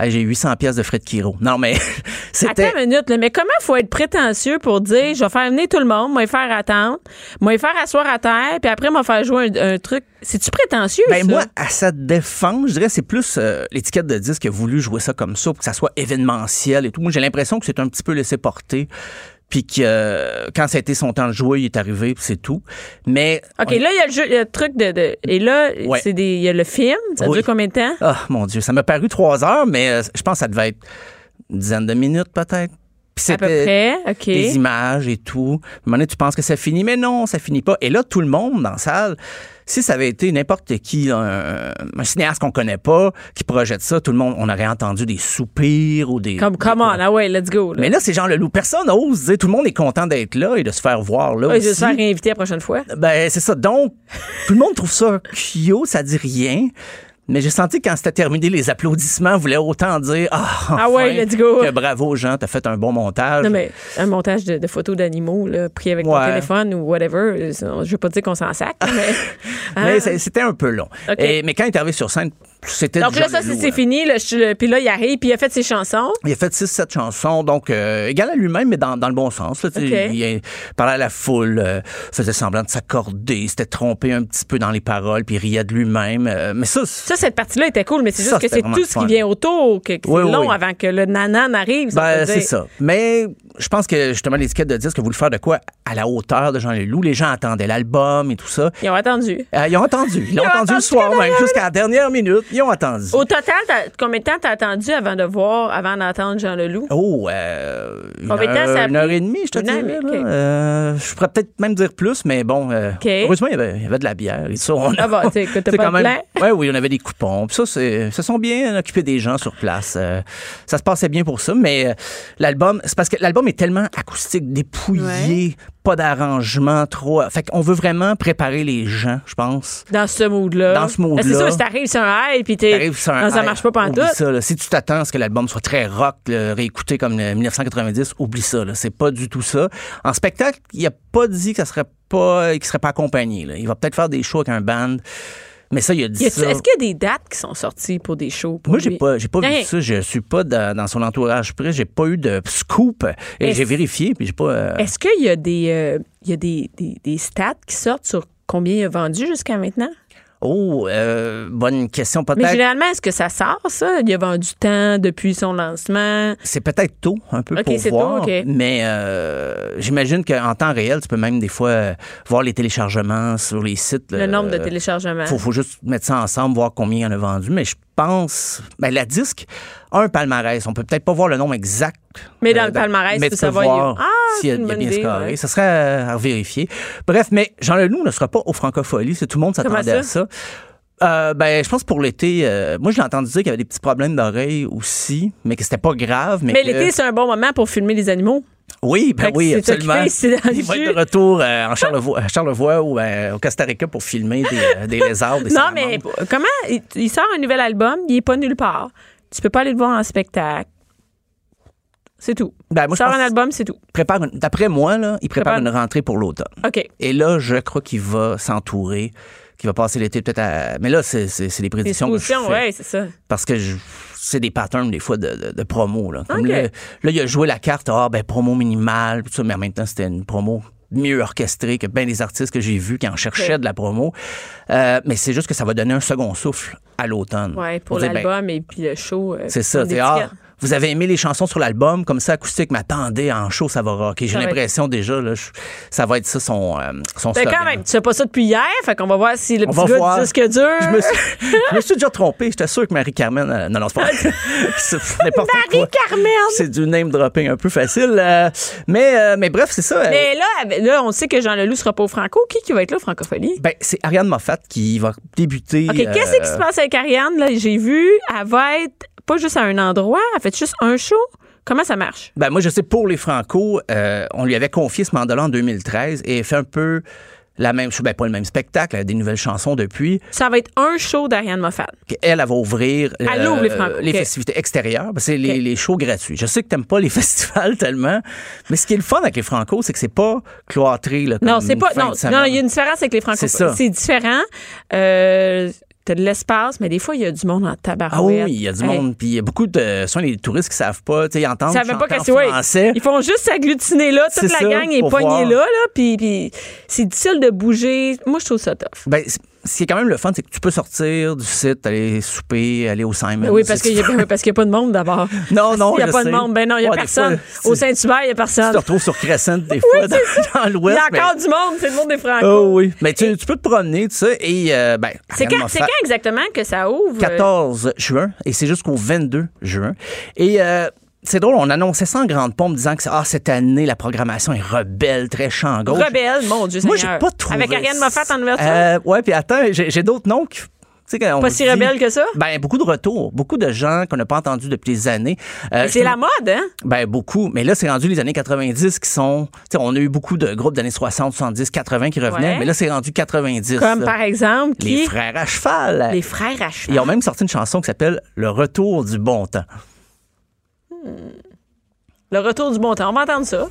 Ah, j'ai 800 pièces de frais de Kiro. Non, mais c'était...
Attends une minute, là, mais comment faut être prétentieux pour dire je vais faire venir tout le monde, moi les faire attendre, moi les faire asseoir à terre, puis après, moi faire jouer un, un truc. C'est-tu prétentieux?
Ben
ça?
moi, à sa défense, je dirais c'est plus euh, l'étiquette de disque qui a voulu jouer ça comme ça pour que ça soit événementiel et tout. Moi, j'ai l'impression que c'est un petit peu laissé porter. Puis que euh, quand ça a été son temps de jouer, il est arrivé, puis c'est tout. Mais
OK,
on-
là, il y a le, jeu- il y a le truc de, de- Et là,
Ouais.
c'est des, il y a le film. Ça
Oui.
dure combien de temps?
Ah, mon Dieu, ça m'a paru trois heures, mais euh, je pense que ça devait être une dizaine de minutes peut-être. Puis
à peu
c'était
près. OK.
des images et tout. À un moment donné, tu penses que ça finit, mais non, ça finit pas. Et là, tout le monde dans la salle, si ça avait été n'importe qui, là, un, un cinéaste qu'on connaît pas, qui projette ça, tout le monde, on aurait entendu des soupirs ou des...
Comme, come on, ah ouais, let's go. Là.
Mais là, c'est Jean Leloup. Personne ose dire. Tout le monde est content d'être là et de se faire voir là
Ouais, je vais se
aussi.
faire réinviter la prochaine fois.
Ben, c'est ça. Donc, tout le monde trouve ça cute, ça dit rien. Mais j'ai senti que quand c'était terminé, les applaudissements voulaient autant dire Ah, enfin,
ouais, let's go.
que bravo, Jean, t'as fait un bon montage.
Non, mais un montage de, de photos d'animaux là, pris avec ton
Ouais.
téléphone ou whatever, euh, je veux pas dire qu'on s'en sac, mais.
Mais
Hein?
c'est- c'était un peu long.
OK.
Et- mais quand il est arrivé sur scène, c'était
Donc
du
là,
Jean
ça,
Leloup,
c'est c'est
là.
fini. là, je suis le- puis là, il arrive, puis il a fait ses chansons.
Il a fait 6-7 chansons, donc euh, égal à lui-même, mais dans, dans le bon sens. là, tu sais.
Ok.
Il, euh, parlait à la foule, euh, faisait semblant de s'accorder, s'était trompé un petit peu dans les paroles, puis il riait de lui-même. euh, mais ça,
Ça,
c'est-
cette partie-là était cool, mais c'est
Ça,
juste que
c'était
c'est
vraiment
tout ce
fun.
qui vient autour, que, que c'est
Oui, oui,
long
oui.
avant que le nanan arrive. si on peut
ben, c'est
dire.
ça. Mais je pense que justement, l'étiquette de disque a voulu faire de quoi à la hauteur de Jean Leloup. Les gens attendaient l'album et tout ça.
Ils ont attendu.
Euh, ils ont attendu. Ils l'ont attendu le
attendu
soir
jusqu'à la
même, jusqu'à la dernière minute. Ils ont attendu.
Au total, t'as- combien de temps t'as attendu avant de voir, avant d'entendre Jean Leloup?
Oh, euh, une,
Combien de temps
heure,
ça a
une
pris?
heure et demie, je te
Une heure et
dirais.
demie,
là.
ok.
Euh, je pourrais peut-être même dire plus, mais bon, euh, heureusement, il y, avait, il y avait de la bière. Et ça, on
Ah bah, tu sais, écoute, t'as
c'est
pas
quand
de
même- Ouais, oui, on avait des coupons. Puis ça, c'est- se sont bien occupés des gens sur place. Euh, ça se passait bien pour ça, mais euh, l'album, c'est parce que l'album est tellement acoustique, dépouillé, pas d'arrangement trop. Fait qu'on veut vraiment préparer les gens, je pense.
Dans ce mood-là.
Dans ce mood-là.
Ah, C'est ça, si t'arrives sur un high, puis t'es.
T'arrives sur un
non, ça
air,
marche pas
oublie
pantoute.
ça, là. Si tu t'attends à ce que l'album soit très rock, là, réécouté comme le 1990, oublie ça. là. C'est pas du tout ça. En spectacle, il a pas dit que ça serait pas, qu'il serait pas accompagné. là. Il va peut-être faire des shows avec un band, mais ça, il a dit
Y a-tu-
ça.
Est-ce qu'il y a des dates qui sont sorties pour des shows? Pour
Moi, j'ai
lui?
pas, j'ai pas
Hey.
vu ça. Je suis pas dans, dans son entourage près. J'ai pas eu de scoop. Et
Est-ce-
j'ai vérifié, puis j'ai pas. euh,
Est-ce qu'il y a des, euh, il y a des, des, des stats qui sortent sur combien il a vendu jusqu'à maintenant?
Oh, euh, bonne question.
Mais
Peut-être.
généralement, est-ce que ça sort, ça? Il a vendu tant depuis son lancement.
C'est peut-être tôt un peu
Ok, c'est
pour
tôt,
voir,
ok.
mais euh, j'imagine qu'en temps réel, tu peux même des fois euh, voir les téléchargements sur les sites.
Le
là.
nombre de téléchargements.
Euh, Faut, faut juste mettre ça ensemble, voir combien il y en a vendu. Mais je pense, ben, la disque a un palmarès. On peut peut-être pas voir le nombre exact.
Mais dans
euh,
le palmarès,
mais
tu
tu
peux
peux
savoir, il y a-
voir
Ah,
s'il y a,
c'est une
il y a
bonne
bien
idée,
scoré.
ouais.
Ça serait euh, à, à vérifier. Bref, mais Jean Leloup ne sera pas au Francofolie. C'est tout le monde s'attendait
Comment
à ça. Euh, ben, je pense pour l'été, euh, moi, j'ai entendu dire qu'il y avait des petits problèmes d'oreille aussi, mais que c'était pas grave. Mais,
Mais
que-
l'été, c'est un bon moment pour filmer les animaux.
oui,
Fait
ben
que
oui,
c'est
absolument.
occupé, c'est dans le
Il va
jus.
être de retour euh, en Charlevoix, à Charlevoix ou euh, au Costa Rica pour filmer des, euh, des lézards, des
Non,
salamandres.
mais comment? Il, il sort un nouvel album, il est pas nulle part. Tu peux pas aller le voir en spectacle. C'est tout.
Ben, moi, je
sort
pense-
un album, c'est tout.
prépare une- d'après moi, là, il prépare,
Prépare-
une rentrée pour l'automne.
OK.
Et là, je crois qu'il va s'entourer, qu'il va passer l'été peut-être à... Mais là, c'est, c'est, c'est des
Des
prédictions que je
suppositions,
fais.
oui, c'est ça.
Parce que je- c'est des patterns, des fois, de, de, de promo. Là. Comme
OK.
là, là, il a joué la carte, ah, ben, promo minimale, tout ça, mais en même temps, c'était une promo mieux orchestrée que bien des artistes que j'ai vus qui en cherchaient
OK.
de la promo. Euh, mais c'est juste que ça va donner un second souffle à l'automne.
Ouais, pour
On dit, ben,
l'album et puis le show. euh,
c'est ça.
des
t'sais, ah,
tickets.
vous avez aimé les chansons sur l'album, comme ça, acoustique, mais attendez, en show, ça va rocker. J'ai
Ça va être-
l'impression déjà, là, je- ça va être ça son, euh, son
Fait
slogan.
Ben, quand même, tu fais pas ça depuis hier, fait qu'on va voir si le
On
petit
va
gars
voir.
du disque dur.
Je me, suis, je me suis déjà trompé. J'étais sûr que Marie-Carmen. euh, non, non, c'est pas vrai. C'est n'importe quoi.
Marie-Carmen!
C'est du name dropping un peu facile. euh, mais, euh, mais bref, c'est ça. euh,
Mais là, avec- là, on sait que Jean Leloup sera pas au Franco. Qui qui va être là, au Francophonie?
ben, c'est Ariane Moffat qui va débuter.
OK, qu'est-ce qui se
euh,
passe avec Ariane? Là, j'ai vu, elle va être pas juste à un endroit, elle fait juste un show. Comment ça marche?
Ben moi, je sais, pour les Franco, euh, on lui avait confié ce mandat-là en 2013 et fait un peu la même chose, ben pas le même spectacle, elle a des nouvelles chansons depuis.
Ça va être un show d'Ariane Moffat.
Elle, elle va ouvrir euh,
Elle ouvre les Franco,
les
ok.
festivités extérieures. Ben, c'est les,
Ok.
les shows gratuits. Je sais que t'aimes pas les festivals tellement, mais ce qui est le fun avec les Franco, c'est que c'est pas cloîtré. Là, comme
Non, c'est
une
pas.
fin
Non,
de
non,
semaine.
il y a une différence avec les Franco.
C'est ça.
C'est différent. Euh, T'as de l'espace, mais des fois, il y a du monde en
Ah
tabarouette.
oui, il y a du
Hey.
monde. Puis il y a beaucoup de. Souvent, les touristes qui savent pas, tu sais, ils entendent.
Ils savaient pas
chanter
que
en
c'est ouais,
français.
Ils font juste s'agglutiner là, toute
C'est
la
ça,
gang est
pour
poignée
voir.
là, là puis, puis c'est difficile de bouger. Moi, je trouve ça tough.
Ben, c- ce qui est quand même le fun, c'est que tu peux sortir du site, aller souper, aller au Simon.
oui, parce
si
qu'il
tu
n'y a, parce qu'il y a pas de monde d'abord.
Ben, Non, non,
Il n'y a
je
pas
sais.
de monde. Ben non, il n'y a
Ouais, des
personne.
fois,
Au
tu-
Saint-Hubert, il n'y a personne.
Tu te retrouves sur Crescent des fois dans, dans
Il y
l'Ouest.
a
mais-
encore du monde. C'est le monde des Franco.
Oh oui. Mais tu, tu peux te promener, tu sais, et euh, ben,
C'est
Ariane
quand, c'est
Moffat,
quand exactement que ça ouvre? euh,
14 juin et c'est jusqu'au 22 juin. Et euh, c'est drôle, on annonçait ça en grande pompe disant que ah, cette année, la programmation est rebelle, très champ gauche.
Rebelle, mon Dieu
Moi, j'ai
Seigneur.
pas trouvé.
Avec Ariane Moffat en ouverture.
Euh, ouais, puis attends, j'ai j'ai d'autres noms qui. tu sais, qu'on
Pas si
dit-
rebelle que ça?
Ben, beaucoup de retours, beaucoup de gens qu'on n'a pas entendus depuis des années. Euh,
Mais c'est
je-
la mode, hein?
Ben, beaucoup. Mais là, c'est rendu les années 90 qui sont. Tu sais, on a eu beaucoup de groupes d'années 60, 70, 80 qui revenaient,
Ouais.
mais là, c'est rendu 90.
Comme
là.
par exemple, qui?
Les frères à cheval.
Les frères à cheval.
Ils ont même sorti une chanson qui s'appelle Le retour du bon temps.
Le retour du bon temps. On va entendre ça.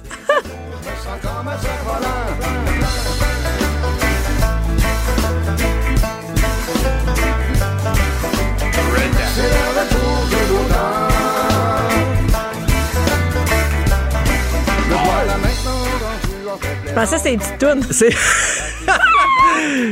Je pensais que c'était une petite toune.
C'est.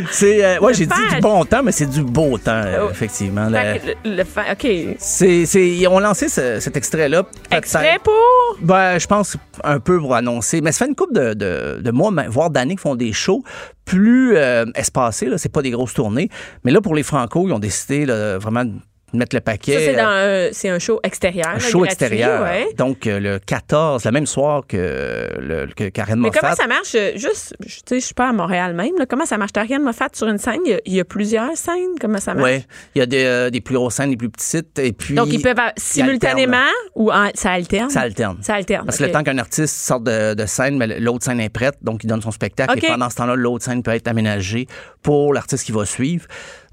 c'est. euh, ouais, j'ai dit
fan.
du bon temps, mais c'est du beau temps, euh,
Oh.
effectivement. là.
Fait que Le, le fa- OK.
C'est, c'est- ils ont lancé ce- cet extrait-là. peut-être-
Extrait pour...
Ben, je pense un peu pour annoncer. Mais ça fait une couple de, de, de mois, mais- voire d'années, qu'ils font des shows plus euh, espacés. Là. C'est pas des grosses tournées. Mais là, pour les Franco, ils ont décidé là, vraiment de mettre le paquet.
Ça, c'est
euh,
dans un, c'est un show extérieur.
un
là,
show
gratuit,
extérieur.
ouais.
Donc, euh, le 14, le même soir que, euh, le, que Karen
Mais
Moffat.
comment ça marche? euh, Juste, je- tu sais, je suis pas à Montréal même. là. Comment ça marche? T'as rien de me faire sur une scène? Il y a- il y, a plusieurs scènes. Comment ça marche?
Oui, il y a des, euh, des plus grosses scènes, des plus petites. Et puis,
Donc, ils peuvent euh, simultanément ou en- ça alterne?
Ça alterne.
Ça alterne.
Parce que
OK.
le temps qu'un artiste sorte de, de scène, mais l'autre scène est prête, donc il donne son spectacle.
OK.
Et pendant ce temps-là, l'autre scène peut être aménagée pour l'artiste qui va suivre.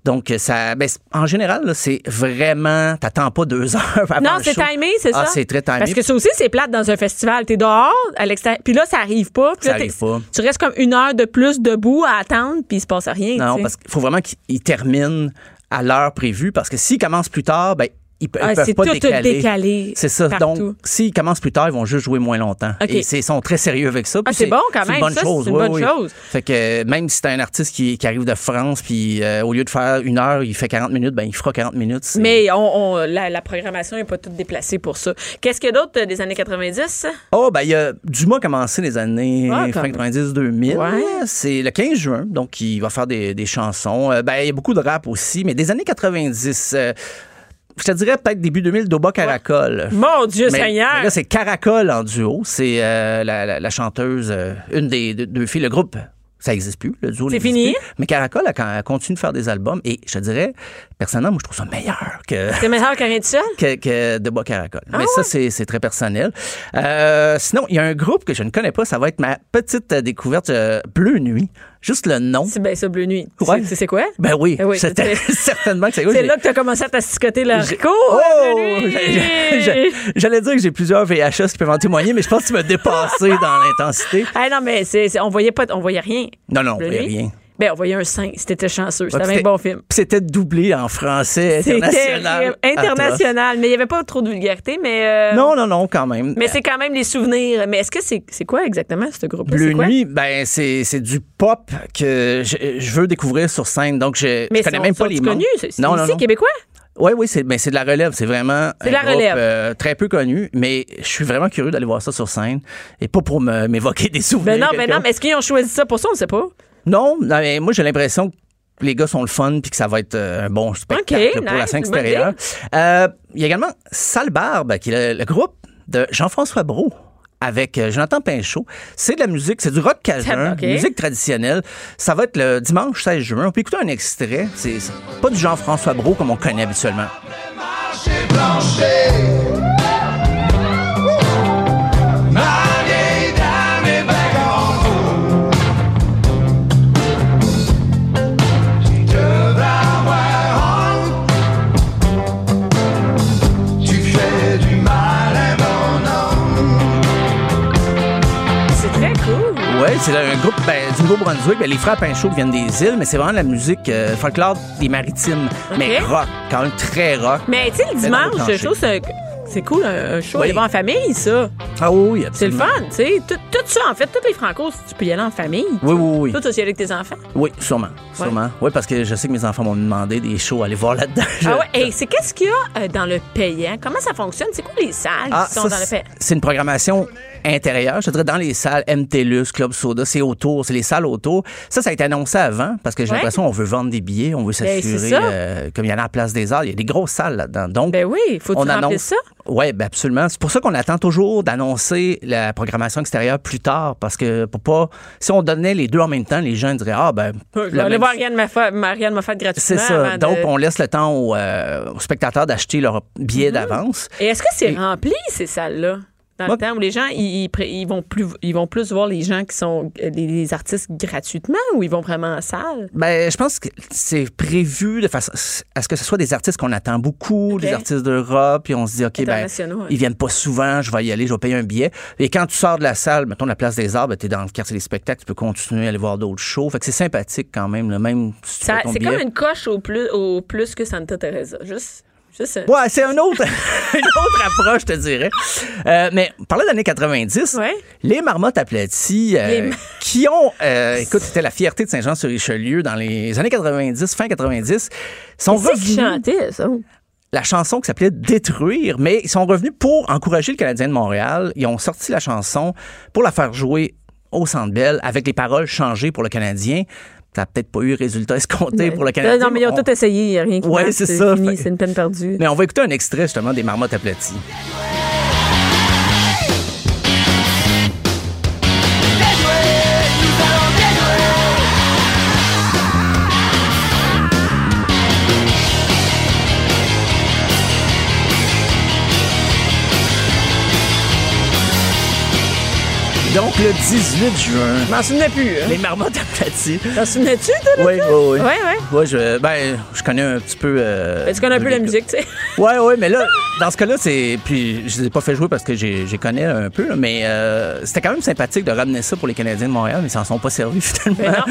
Donc, euh, ça, ben, c'est- en général, là, c'est vraiment. T'attends pas deux heures avant
Non,
le
c'est
show.
timé, c'est
Ah,
ça?
c'est très timé.
Parce que ça aussi, c'est plate dans un festival. T'es dehors, à l'extérieur. Puis là, ça arrive pas. Puis
Ça
là, t'es-
arrive pas.
Tu restes comme une heure de plus debout à attendre, puis il se passe rien.
Non,
tu sais.
parce qu'il faut vraiment qu'il termine à l'heure prévue, parce que s'il commence plus tard, ben, ils pe- ils
Ah,
peuvent
c'est
pas
tout
décaler.
décalé
C'est ça.
partout.
Donc, s'ils commencent plus tard, ils vont juste jouer moins longtemps.
OK. Ah,
Et c'est- ils sont très sérieux avec ça. puis
c'est bon quand
C'est
même.
une bonne
Ça,
chose.
c'est une
oui,
bonne
oui.
chose.
Fait que euh, même si t'as un artiste qui, qui arrive de France, puis euh, au lieu de faire une heure, il fait 40 minutes, ben il fera 40 minutes. C'est-
Mais on, on- la, la programmation n'est pas toute déplacée pour ça. Qu'est-ce qu'il y a d'autre euh, des années 90?
Oh, ben, il y a Dumas a commencé les années
Ah, quand
fin
même.
90-2000.
Ouais.
C'est le 15 juin, donc il va faire des, des chansons. Euh, ben, il y a beaucoup de rap aussi, mais des années 90. euh, je te dirais peut-être début 2000, Doba Caracol.
Mon Dieu
Mais-
Seigneur!
mais là, c'est Caracol en duo. C'est euh, la, la- la chanteuse, euh, une des deux, deux filles, le groupe. Ça n'existe plus, le duo.
C'est
n'existe
fini?
plus. Mais Caracol elle, elle continue de faire des albums et je te dirais, personnellement, moi, je trouve ça meilleur que,
C'est meilleur qu'un seul?
que, que de Bois Caracol.
Ah
Mais ça, c'est- c'est très personnel. Euh, sinon, il y a un groupe que je ne connais pas. Ça va être ma petite euh, découverte euh, Bleu Nuit. Juste le nom.
C'est bien ça, Bleu Nuit. Tu
Ouais.
sais- Tu sais c'est quoi?
Ben oui,
Eh oui,
c'était
c'est-
certainement que c'est
C'est
j'ai-
là que tu as commencé à t'asticoter le
j'ai-
haricot.
Oh!
hein, Bleu Nuit!
J'ai- j'ai- J'allais dire que j'ai plusieurs VHS qui peuvent en témoigner, mais je pense que tu m'as dépassé dans l'intensité.
Ah non, mais c'est, c'est- on voyait pas, on voyait rien.
Non, non, on
Bleu
voyait
Nuit.
rien.
Ben, on voyait un sein. C'était chanceux. C'était
Ouais,
un
puis
bon film.
Puis c'était doublé en français international.
terrible. international. Mais il n'y avait pas trop de vulgarité, mais. euh,
Non, non, non, quand même.
Mais c'est quand même les souvenirs. Mais est-ce que c'est, c'est quoi exactement ce groupe
Bleu Nuit, ben c'est c'est du pop que je, je veux découvrir sur scène. Donc je,
Mais
je connais
sont-
même pas
sont-ils
les membres.
connus? C'est, c'est
non, non,
ici,
non.
québécois?
Oui, oui, c'est ben, c'est de la relève. C'est vraiment
C'est
un
de la
groupe,
relève.
euh, très peu connu, mais je suis vraiment curieux d'aller voir ça sur scène et pas pour me- m'évoquer des souvenirs.
Ben non, ben
quelconques.
non, mais est-ce qu'ils ont choisi ça pour ça? On ne sait pas.
Non, non, mais moi j'ai l'impression que les gars sont le fun puis que ça va être euh, un bon spectacle
Ok,
là, pour la
nice,
scène
bonne
extérieure. Euh, Il y a également Sale Barbe, qui est le, le groupe de Jean-François Brault avec euh, Jonathan Pinchot. C'est de la musique, c'est du rock cajun,
Ok.
musique traditionnelle. Ça va être le dimanche 16 juin. On peut écouter un extrait. C'est c'est pas du Jean-François Brault comme on connaît habituellement.
Marché plancher. Ma vieille dame est vagabonde. Tu devras avoir honte. Tu fais du mal à mon homme.
C'est très cool.
Oui, c'est un groupe ben, du Nouveau-Brunswick. Ben, les frères Pinchot viennent des îles, mais c'est vraiment de la musique euh, folklore des maritimes. Mais
Ok.
rock, quand même très rock.
Mais tu sais, le
Mais dans le
dimanche,
plancher.
je trouve que c'est cool, un un show.
Oui.
aller voir en famille, ça.
Ah oui,
C'est le
absolument.
fun, tu sais. Tout, tout ça, en fait, toutes les francos, tu peux y aller en famille.
Oui, oui, oui.
Toi, tu y allais avec tes enfants.
Oui, sûrement.
Ouais.
Sûrement. Oui, parce que je sais que mes enfants m'ont demandé des shows à aller voir là-dedans. Je-
Ah ouais, et c'est qu'est-ce qu'il y a euh, dans le payant? Comment ça fonctionne? C'est quoi les salles
Ah,
qui sont
ça,
dans le
c'est-
payant?
c'est une programmation intérieure, je te dirais dans les salles MTLUS, Club Soda, c'est autour, c'est les salles autour. Ça, ça a été annoncé avant parce que j'ai
Ouais.
l'impression qu'on veut vendre des billets, on veut
Ben, c'est
s'assurer,
ça.
euh, comme il y en a à la place des arts, il y a des grosses salles là-dedans. Donc,
Ben oui, faut que
on
tu remplisses
annonce
ça.
Oui, ben absolument. C'est pour ça qu'on attend toujours d'annoncer la programmation extérieure plus tard, parce que pour pas. Si on donnait les deux en même temps, les gens diraient Ah, ben.
Je vais
le
aller
même-
voir Ariane Moffat, Marianne Moffat gratuitement.
C'est ça.
avant
Donc,
de-
on laisse le temps aux, euh, aux spectateurs d'acheter leur billet d'avance.
Mhm. Et est-ce que c'est
Et-
rempli, ces salles-là? Dans
Moi-
le temps où les gens, ils, ils pr- ils vont plus, ils vont plus voir les gens qui sont euh, les, les artistes gratuitement ou ils vont vraiment en salle?
Ben, je pense que c'est prévu de façon à ce que ce soit des artistes qu'on attend beaucoup, des artistes d'Europe, puis on se dit ok, ben,
Internationaux, ouais.
ils viennent pas souvent, je vais y aller, je vais payer un billet. Et quand tu sors de la salle, mettons la place des arbres, t'es dans le quartier des spectacles, tu peux continuer à aller voir d'autres shows. Fait que c'est sympathique quand même, le même. si tu
Ça-
fais ton
c'est
billet.
comme une coche au plus, au plus que Santa Teresa. Juste, juste un-
Ouais, c'est un autre, une autre approche, je te dirais. Euh, mais parlant d'années 90,
Ouais.
les marmottes aplaties, euh,
Les ma-
qui ont, euh, écoute, c'était la fierté de Saint-Jean-sur-Richelieu dans les années 90, fin 90, sont
C'est qui
revenus.
chantait, ça?
la chanson qui s'appelait Détruire, mais ils sont revenus pour encourager le Canadien de Montréal. Ils ont sorti la chanson pour la faire jouer au Centre Bell avec les paroles changées pour le Canadien. Ça n'a peut-être pas eu le résultat escompté pour le Canadien.
Euh, Non, mais ils ont
on-
tout essayé, il n'y a rien qui
Ouais,
marche,
c'est ça.
fini,
Fait-
c'est une peine perdue.
Mais on va écouter un extrait justement des Marmottes aplaties. Donc le 18 juin,
Je m'en souvenais plus. Hein?
les Marmottes aplaties.
T'en souvenais-tu, toi? là?
Oui, oui, oui.
Ouais, ouais.
Ouais, je, ben, je connais un petit peu. euh,
Ben, tu connais un peu la musique, tu sais.
Ouais, ouais, mais là, dans ce cas-là, c'est. Puis, je les ai pas fait jouer parce que j'ai- j'y connais un peu, là, mais euh, c'était quand même sympathique de ramener ça pour les Canadiens de Montréal, mais ils s'en sont pas servis finalement.
Mais non.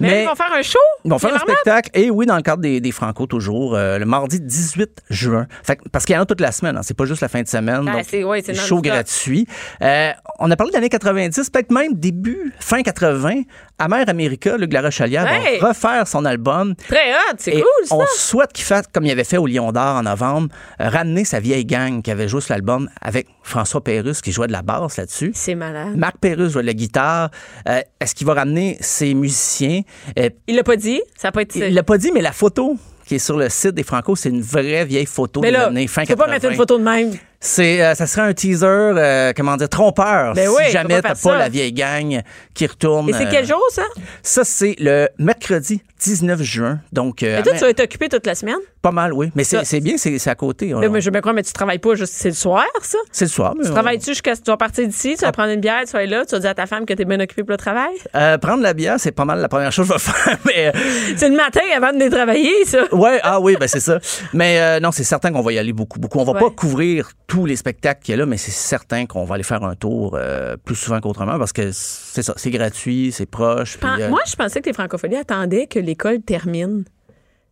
Mais, ils vont faire un show.
ils vont faire
les
un
Marmottes.
spectacle, et oui, dans le cadre des, des Franco, toujours, euh, le mardi 18 juin. Fait, que- parce qu'il y en a toute la semaine, hein, c'est pas juste la fin de semaine.
Ah,
donc,
c'est- ouais, c'est
show
non-stop.
gratuit. Euh, on a parlé de l'année 90, peut-être même début, fin 80. Amère America, Luc Larochalière
Hey!
va refaire son album.
Très hot, c'est
Et
cool, ça.
On souhaite qu'il fasse comme il avait fait au Lion d'Or en novembre, euh, ramener sa vieille gang qui avait joué sur l'album avec François Pérusse qui jouait de la basse là-dessus.
C'est malade.
Marc Pérusse jouait de la guitare. Euh, Est-ce qu'il va ramener ses musiciens? Euh,
Il l'a pas dit, ça a pas été...
il l'a pas dit, mais la photo qui est sur le site des Franco, c'est une vraie vieille photo
mais
des
là,
années fin
tu peux pas
80.
mettre une photo de même.
C'est, euh, ça serait un teaser, euh, comment dire, trompeur.
Ben
si
oui, faut
jamais
pas
t'as
faire ça.
pas la vieille gang qui retourne.
Et c'est quel
euh,
jour, ça?
Ça, c'est le mercredi 19 juin. Donc, euh,
Et toi,
à-
tu vas être occupé toute la semaine?
Pas mal, oui. Mais c'est
Ça-
c'est bien, c'est c'est à côté. On-
Là, mais je veux bien croire, mais tu travailles pas juste. C'est le soir, ça?
C'est le soir. mais
Tu
on-
travailles-tu jusqu'à ce que tu vas partir d'ici,
Ah.
tu vas prendre une bière, tu vas être là, tu vas dire à ta femme que t'es bien occupé pour le travail?
Euh, prendre la bière, c'est pas mal la première chose que je vais faire. Mais euh,
C'est le matin avant de les travailler, ça.
ouais, ah oui, ben c'est ça. Mais euh, non, c'est certain qu'on va y aller beaucoup, beaucoup. On va
Ouais.
pas couvrir tous les spectacles qu'il y a là, mais c'est certain qu'on va aller faire un tour euh, plus souvent qu'autrement parce que c'est ça, c'est gratuit, c'est proche. puis,
Pen-
euh,
Moi, je pensais que les francophonies attendaient que l'école termine.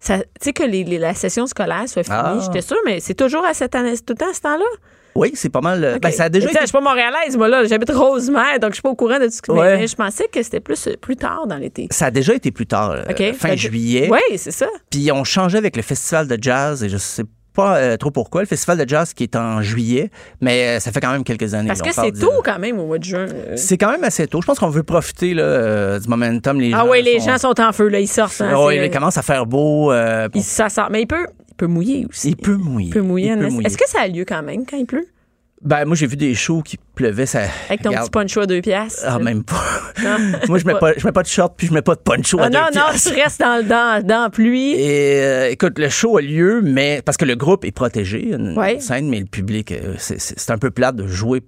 Ça- Tu sais, que les- les- la session scolaire soit finie,
Ah.
j'étais sûre, mais c'est toujours à cette année, tout le temps à ce temps-là.
oui, c'est pas mal. euh, ben, ça a déjà
Tu sais,
été
Je suis pas montréalaise, moi, là. J'habite Rosemère, donc je suis pas au courant de tout ce que. mais-
Ouais.
Mais je pensais que c'était plus, euh, plus tard dans l'été.
ça a déjà été plus tard, euh,
OK?
fin juillet.
Oui, c'est ça.
Puis on changeait avec le festival de jazz et je sais pas euh, trop pourquoi. Le festival de jazz qui est en juillet, mais euh, ça fait quand même quelques années.
Parce
là,
que
on parle
c'est
du-
tôt quand même au mois de juin. euh.
C'est quand même assez tôt. Je pense qu'on veut profiter là, euh, du momentum. Les
Ah
gens
oui, les
sont-
gens sont en feu, là. Ils sortent. hein,
Ah oui,
c'est-
il commence à faire beau. euh,
il- ça sort. Mais il peut, il peut mouiller aussi.
il peut mouiller.
Il peut mouiller.
Il
en
peut
est-
mouiller.
Est-ce que ça a lieu quand même quand il pleut?
Ben, moi, j'ai vu des shows qui pleuvaient. Ça...
Avec ton
Regarde.
petit poncho à deux piastres.
Ah, même pas.
Non.
moi, je mets pas, je mets pas de short puis je mets pas de poncho
Ah
à deux
non, non,
piastres.
tu restes dans, dans, dans la pluie.
Et euh, écoute, le show a lieu, mais parce que le groupe est protégé, une
Ouais.
scène, mais le public, euh, c'est- c'est c'est un peu plate de jouer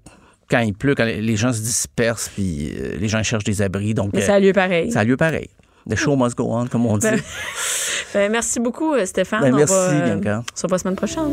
quand il pleut, quand les gens se dispersent, puis euh, les gens cherchent des abris. Donc,
Mais
euh,
ça a lieu pareil.
ça a lieu pareil. The show must go on, comme on dit.
Ben, Ben, merci beaucoup, euh, Stéphane.
Ben,
On
merci,
va, euh,
Bianca.
On se revoit la semaine prochaine.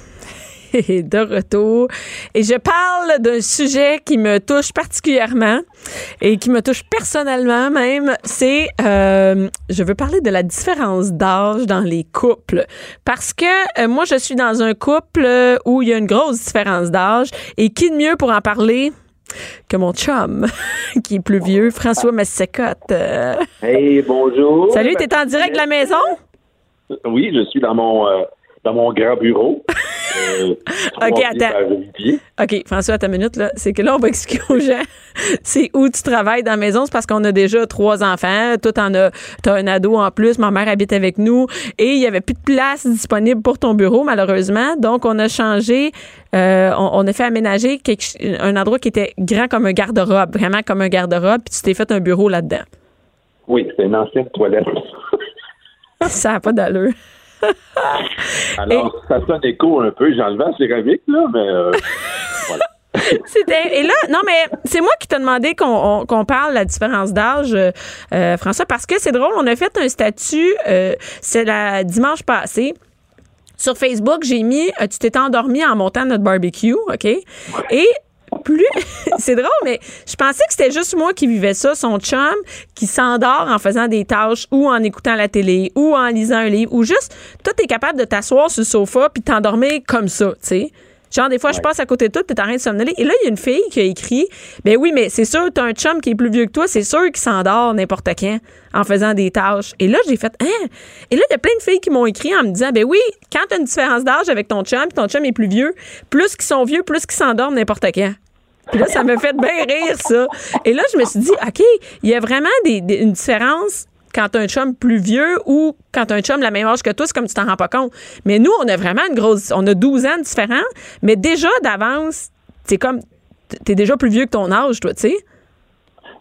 de retour. Et je parle d'un sujet qui me touche particulièrement et qui me touche personnellement même. C'est, euh, je veux parler de la différence d'âge dans les couples. Parce que euh, moi, je suis dans un couple euh, où il y a une grosse différence d'âge. Et qui de mieux pour en parler que mon chum, qui est plus vieux, François Massécotte. Euh,
Hey, bonjour.
salut, t'es en direct de la maison?
Oui, je suis dans mon, euh, dans mon euh, grand bureau. euh, trois
Ok,
pieds
attends.
par pied.
OK, François, à ta minute, là, c'est que là, on va expliquer aux gens c'est où tu travailles dans la maison. C'est parce qu'on a déjà trois enfants. Toi, t'en as, t'as un ado en plus. Ma mère habite avec nous. Et il y avait plus de place disponible pour ton bureau, malheureusement. Donc, on a changé, euh, on, on a fait aménager quelque- un endroit qui était grand comme un garde-robe, vraiment comme un garde-robe. Puis tu t'es fait un bureau là-dedans.
Oui, c'est une ancienne toilette.
Ça n'a pas d'allure.
Alors, ça sonne écho un peu. J'ai enlevé la céramique, là, mais euh,
C'était. Et là, non, mais c'est moi qui t'ai demandé qu'on on- qu'on parle de la différence d'âge, euh, euh, François, parce que c'est drôle, on a fait un statut, euh, c'est la dimanche passé. Sur Facebook, j'ai mis euh, Tu t'es endormi en montant notre barbecue, OK? Et plus. c'est drôle, mais je pensais que c'était juste moi qui vivais ça, son chum, qui s'endort en faisant des tâches ou en écoutant la télé ou en lisant un livre ou juste. Toi, t'es capable de t'asseoir sur le sofa puis t'endormir comme ça, tu sais? Genre, des fois, je passe à côté de toi, t'es en train de somnoler. Et là, il y a une fille qui a écrit Ben oui, mais c'est sûr, t'as un chum qui est plus vieux que toi, c'est sûr qu'il s'endort n'importe quand en faisant des tâches. Et là, j'ai fait Hein? Et là, il y a plein de filles qui m'ont écrit en me disant Ben oui, quand t'as une différence d'âge avec ton chum, puis ton chum est plus vieux, plus qu'ils sont vieux, plus qu'ils s'endorment n'importe quand. Puis là, ça me fait bien rire, ça. Et là, je me suis dit, OK, il y a vraiment des, des- une différence quand t'as un chum plus vieux ou quand t'as un chum la même âge que toi, c'est comme tu t'en rends pas compte. Mais nous, on a vraiment une grosse... On a 12 ans différents, mais déjà d'avance, c'est comme... T'es déjà plus vieux que ton âge, toi, tu sais.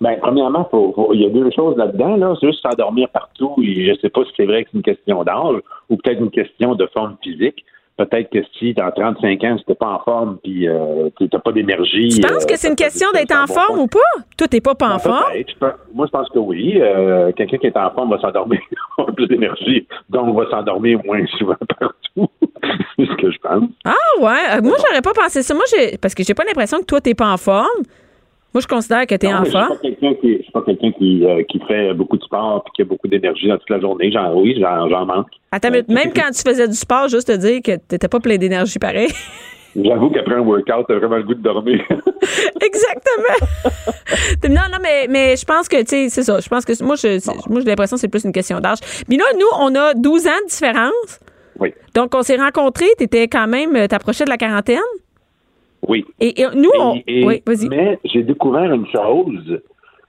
ben, premièrement, faut- faut- il y a deux choses là-dedans. Là. C'est juste s'endormir partout. Et je ne sais pas si c'est vrai que c'est une question d'âge ou peut-être une question de forme physique. Peut-être que si dans 35 ans, si t'es pas en forme puis euh, tu n'as pas d'énergie. euh,
Tu penses que c'est une question d'être en forme ou pas? Toi, t'es pas, pas en forme.
Peut-être. Je pense- Moi, je pense que oui. Euh, Quelqu'un qui est en forme va s'endormir, a plus d'énergie, donc va s'endormir moins souvent partout. c'est ce que je pense.
Ah ouais? Euh, Moi, j'aurais pas pensé ça. Moi, j'ai... Parce que j'ai pas l'impression que toi, t'es pas en forme. Moi, je considère que t'es
Non,
en
mais Je
forme.
suis pas quelqu'un qui, je suis pas quelqu'un qui, euh, qui fait beaucoup de sport et qui a beaucoup d'énergie dans toute la journée. J'en, oui, j'en, j'en manque.
Attends, une minute. même quand tu faisais du sport, juste te dire que t'étais pas plein d'énergie pareil.
J'avoue qu'après un workout, t'as vraiment le goût de dormir.
Exactement. non, non, mais, mais je pense que, tu sais, c'est ça. Je pense que moi, je, c'est- moi, j'ai l'impression que c'est plus une question d'âge. Mais là, nous, on a 12 ans de différence.
oui.
Donc, on s'est rencontrés. T'étais quand même, euh, t'approchais de la quarantaine.
Oui.
Et, et nous, on.
Et- et-
oui, vas-y.
Mais j'ai découvert une chose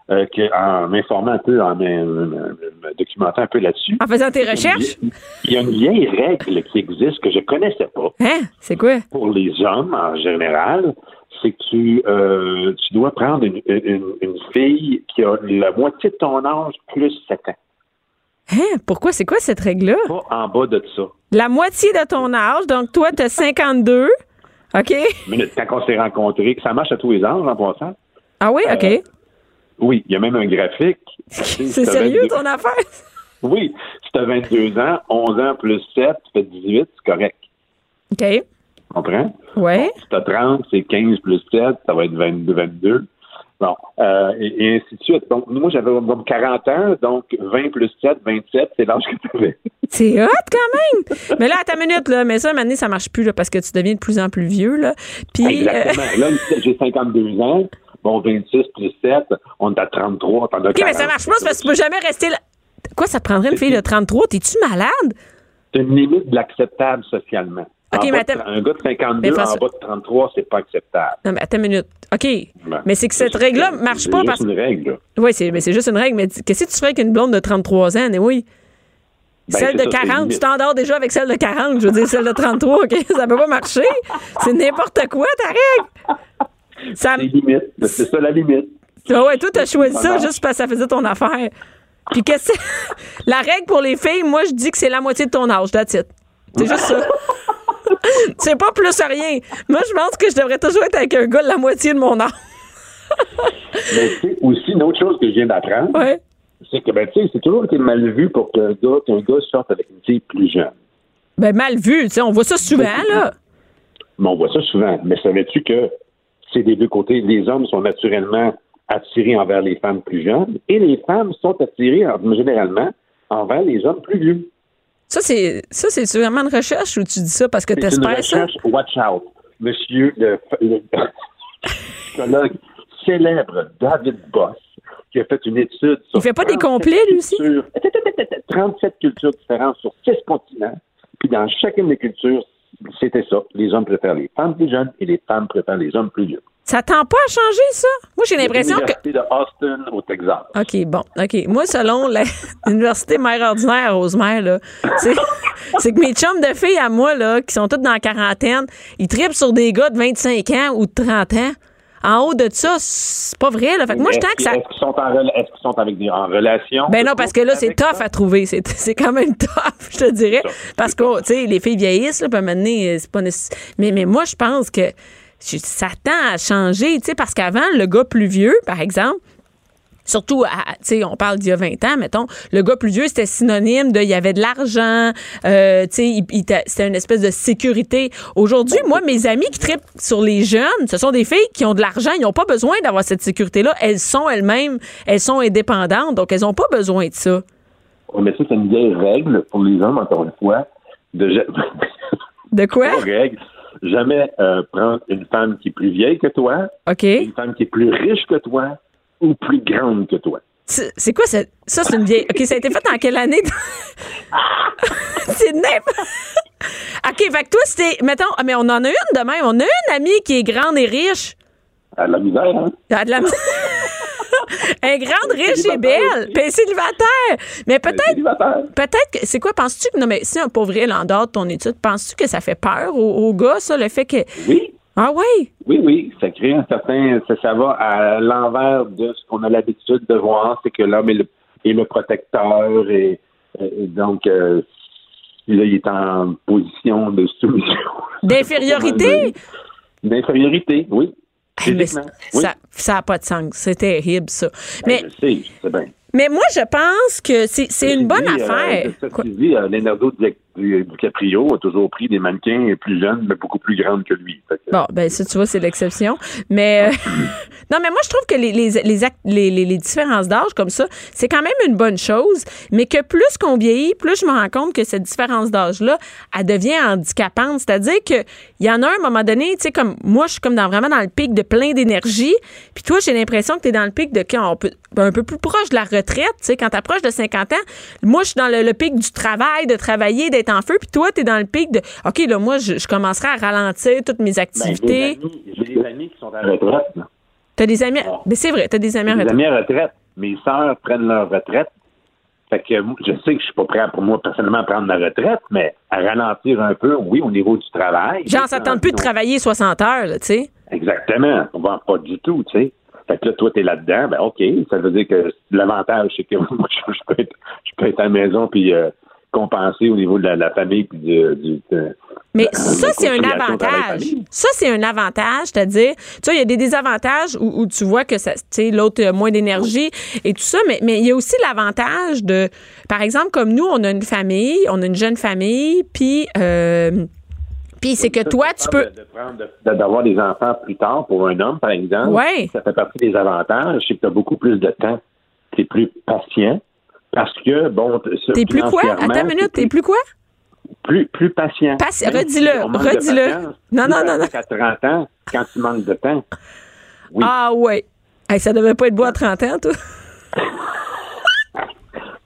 euh, que, en m'informant un peu, en me- me me documentant un peu là-dessus.
En faisant tes recherches.
Il y a une vieille règle qui existe que je connaissais pas
Hein? C'est quoi?
pour les hommes en général. C'est que tu, euh, tu dois prendre une, une- une fille qui a la moitié de ton âge plus 7 ans.
Hein? Pourquoi? C'est quoi cette règle-là?
Pas en bas de ça.
La moitié de ton âge. Donc, toi, t'as 52. OK?
Mais le- quand on s'est rencontrés, que ça marche à tous les âges en passant.
Ah oui? OK.
Oui, il y a même un graphique.
c'est sérieux, ton affaire?
Oui, si t'as 22 ans, 11 ans plus 7, tu fais 18, c'est correct.
OK.
Tu comprends?
Ouais.
Si t'as 30, c'est 15 plus 7, ça va être 22, 22. Bon, euh, et, et ainsi de suite. Donc, moi, j'avais donc, 40 ans, donc 20 plus 7, 27, c'est l'âge que t'avais.
C'est hot quand même! Mais là, à ta minute, là, mais ça, à un moment donné, ça marche plus là, parce que tu deviens de plus en plus vieux. Là. Puis, euh,
Exactement. Là, j'ai 52 ans, bon, 26 plus 7, on est à 33, t'en as
OK, mais ça marche pas c'est parce que tu peux jamais rester là. Quoi, ça te prendrait une fille de 33? T'es-tu malade?
C'est une limite de l'acceptable socialement.
Ok,
En
mais
bas
attends.
de- Un gars de
Mais
52
François-
en bas de 33, c'est pas acceptable.
Non, mais attends une minute. OK.
Ben,
Mais c'est que cette
c'est-
règle-là
c'est-
marche
c'est
pas
juste
parce que.
une règle. là.
Oui, c'est, mais c'est juste une règle. Mais dis- qu'est-ce que tu ferais avec une blonde de 33 ans? Et oui.
Ben,
celle de
c'est ça, c'est
40,
limite.
tu t'endors déjà avec celle de 40. Je veux dire, celle de 33, OK? Ça peut pas marcher. C'est n'importe quoi, ta règle. Ça,
C'est limite. C'est ça la limite.
Ah ouais, toi, t'as choisi ça
Ah non.
juste parce que ça faisait ton affaire. Puis qu'est-ce que La règle pour les filles, moi, je dis que c'est la moitié de ton âge, that's it. C'est juste ça. c'est pas plus à rien. Moi, je pense que je devrais toujours être avec un gars de la moitié de mon âge.
Mais c'est aussi une autre chose que je viens d'apprendre,
Ouais.
c'est que ben, tu sais, c'est toujours été mal vu pour qu'un gars, qu'un gars sorte avec une fille plus jeune.
Ben, mal vu, tu sais, on voit ça
Ben,
souvent, là.
Mais on voit ça souvent. Mais savais-tu que c'est des deux côtés? Les hommes sont naturellement attirés envers les femmes plus jeunes et les femmes sont attirées en- généralement envers les hommes plus vieux.
Ça, c'est ça, c'est vraiment une recherche où tu dis ça parce que
C'est une
t'espères ça?
recherche, watch out. Monsieur le, le psychologue célèbre David Boss, qui a fait une étude sur.
Il fait pas des
37
complets, lui aussi?
cultures- 37 cultures différentes sur 6 continents. Puis dans chacune des cultures, c'était ça. Les hommes préfèrent les femmes plus jeunes et les femmes préfèrent les hommes plus vieux.
Ça tend pas à changer, ça? Moi, j'ai l'impression que.
L'université de Austin au Texas.
OK, bon, OK. Moi, selon la- l'université mère ordinaire, Rosemère, là, c'est c'est que mes chums de filles à moi, là, qui sont toutes dans la quarantaine, ils tripent sur des gars de 25 ans ou de 30 ans. En haut de ça, c'est pas vrai, là. Fait que moi, je
Est-ce
tends que
qu'ils-
ça.
Est-ce qu'ils sont, en, rela- est-ce qu'ils sont avec des, en relation?
Ben non, parce que là, c'est
Avec
tough
ça?
à trouver. C'est c'est quand même tough, je te dirais. Parce que, tu sais, les filles vieillissent, là, puis à un moment donné, euh, c'est pas nécessaire. Mais, mais moi, je pense que je- ça tend à changer, tu sais, parce qu'avant, le gars plus vieux, par exemple, Surtout, à- tu sais, on parle d'il y a 20 ans, mettons, le gars plus vieux, c'était synonyme de, il y avait de l'argent, euh, tu sais, il- il t'a- c'était une espèce de sécurité. Aujourd'hui, moi, mes amis qui tripent sur les jeunes, ce sont des filles qui ont de l'argent, ils n'ont pas besoin d'avoir cette sécurité-là. Elles sont elles-mêmes, elles sont indépendantes, donc elles n'ont pas besoin de ça.
Oui, Oh, mais ça, c'est une vieille règle pour les hommes, encore une fois, de ja-
De quoi?
Trois règles. Jamais euh, prendre une femme qui est plus vieille que toi,
OK.
une femme qui est plus riche que toi ou plus grande que toi.
C'est c'est quoi ça? Ça, c'est une vieille. OK, ça a été fait en quelle année? c'est n'importe. OK, fait que toi, c'était. Mettons, ah, mais on en a une de même. On a une amie qui est grande et riche.
À la misère, hein?
Elle a de la- Elle est grande, riche et belle. Puis elle est célibataire. Mais peut-être.
Célibataire.
Peut-être que. C'est quoi, penses-tu que. Non, mais si un pauvre elle en dehors de ton étude, penses-tu que ça fait peur aux, aux gars, ça, le fait que.
Oui,
Ah oui?
oui, oui. Ça crée un certain. Ça, ça va à l'envers de ce qu'on a l'habitude de voir, c'est que l'homme est le, est le protecteur et, et donc euh, là, il est en position de soumission.
D'infériorité?
D'infériorité, oui.
Ah, mais
Physiquement, oui.
ça ça a pas de sens. C'est terrible, ça.
Ben,
Mais.
Je sais, je sais bien.
Mais moi, je pense que c'est c'est une bonne
euh,
affaire. Quoi?
Ceci dit, euh, Leonardo Di- Di- DiCaprio a toujours pris des mannequins plus jeunes, mais beaucoup plus grandes que lui. Fait que,
Bon, ben ça, tu vois, c'est l'exception. Mais euh, non, mais moi, je trouve que les, les, les, act- les, les- les différences d'âge comme ça, c'est quand même une bonne chose, mais que plus qu'on vieillit, plus je me rends compte que cette différence d'âge-là, elle devient handicapante. C'est-à-dire que il y en a un, à un moment donné, tu sais, comme moi, je suis comme dans, vraiment dans le pic de plein d'énergie, puis toi, j'ai l'impression que tu es dans le pic de quand on peut, ben, un peu plus proche de la retraite, tu sais, quand t'approches de 50 ans, moi, je suis dans le, le pic du travail, de travailler, d'être en feu, puis toi, t'es dans le pic de, OK, là, moi, je, je commencerai à ralentir toutes mes
ben,
activités.
j'ai des amis- j'ai des amis qui sont à la retraite. là.
T'as des amis. Mais c'est vrai, t'as des amis en
Mes
retraite.
amis à la retraite. Mes sœurs prennent leur retraite. Fait que moi, je sais que je suis pas prêt pour moi personnellement à prendre ma retraite, mais à ralentir un peu, oui, au niveau du travail.
Genre, ça te tente plus de
Non.
travailler 60 heures, là, tu sais.
Exactement. On vend pas du tout, tu sais. Fait que là, toi, t'es là-dedans, ben OK, ça veut dire que l'avantage, c'est que moi, je, je peux être, je peux être à la maison puis euh, compenser au niveau de la, la famille puis du... du- euh, de-
Mais
de-
ça,
de
c'est un
conciliation
avantage.
travail-famille.
Ça, c'est un avantage, c'est-à-dire, tu vois, il y a des désavantages où, où tu vois que ça, tu sais, l'autre a moins d'énergie et tout ça, mais, mais il y a aussi l'avantage de, par exemple, comme nous, on a une famille, on a une jeune famille, puis, euh, puis c'est que toi, tu
Ça,
peux...
de- de prendre- de- D'avoir des enfants plus tard pour un homme, par exemple,
Ouais.
ça fait partie des avantages, c'est que t'as beaucoup plus de temps. T'es plus patient parce que, bon... t-
T'es plus quoi?
ben, financièrement,
Attends une minute, t'es plus quoi?
plus, plus patient.
Passe-
Même
redis-le,
si on manque de
redis-le.
patience,
Non,
plus
non, non,
patient qu'à 30 ans, quand tu manques de temps. Oui.
Ah ouais. Hey, ça devait pas être beau à 30 ans, toi.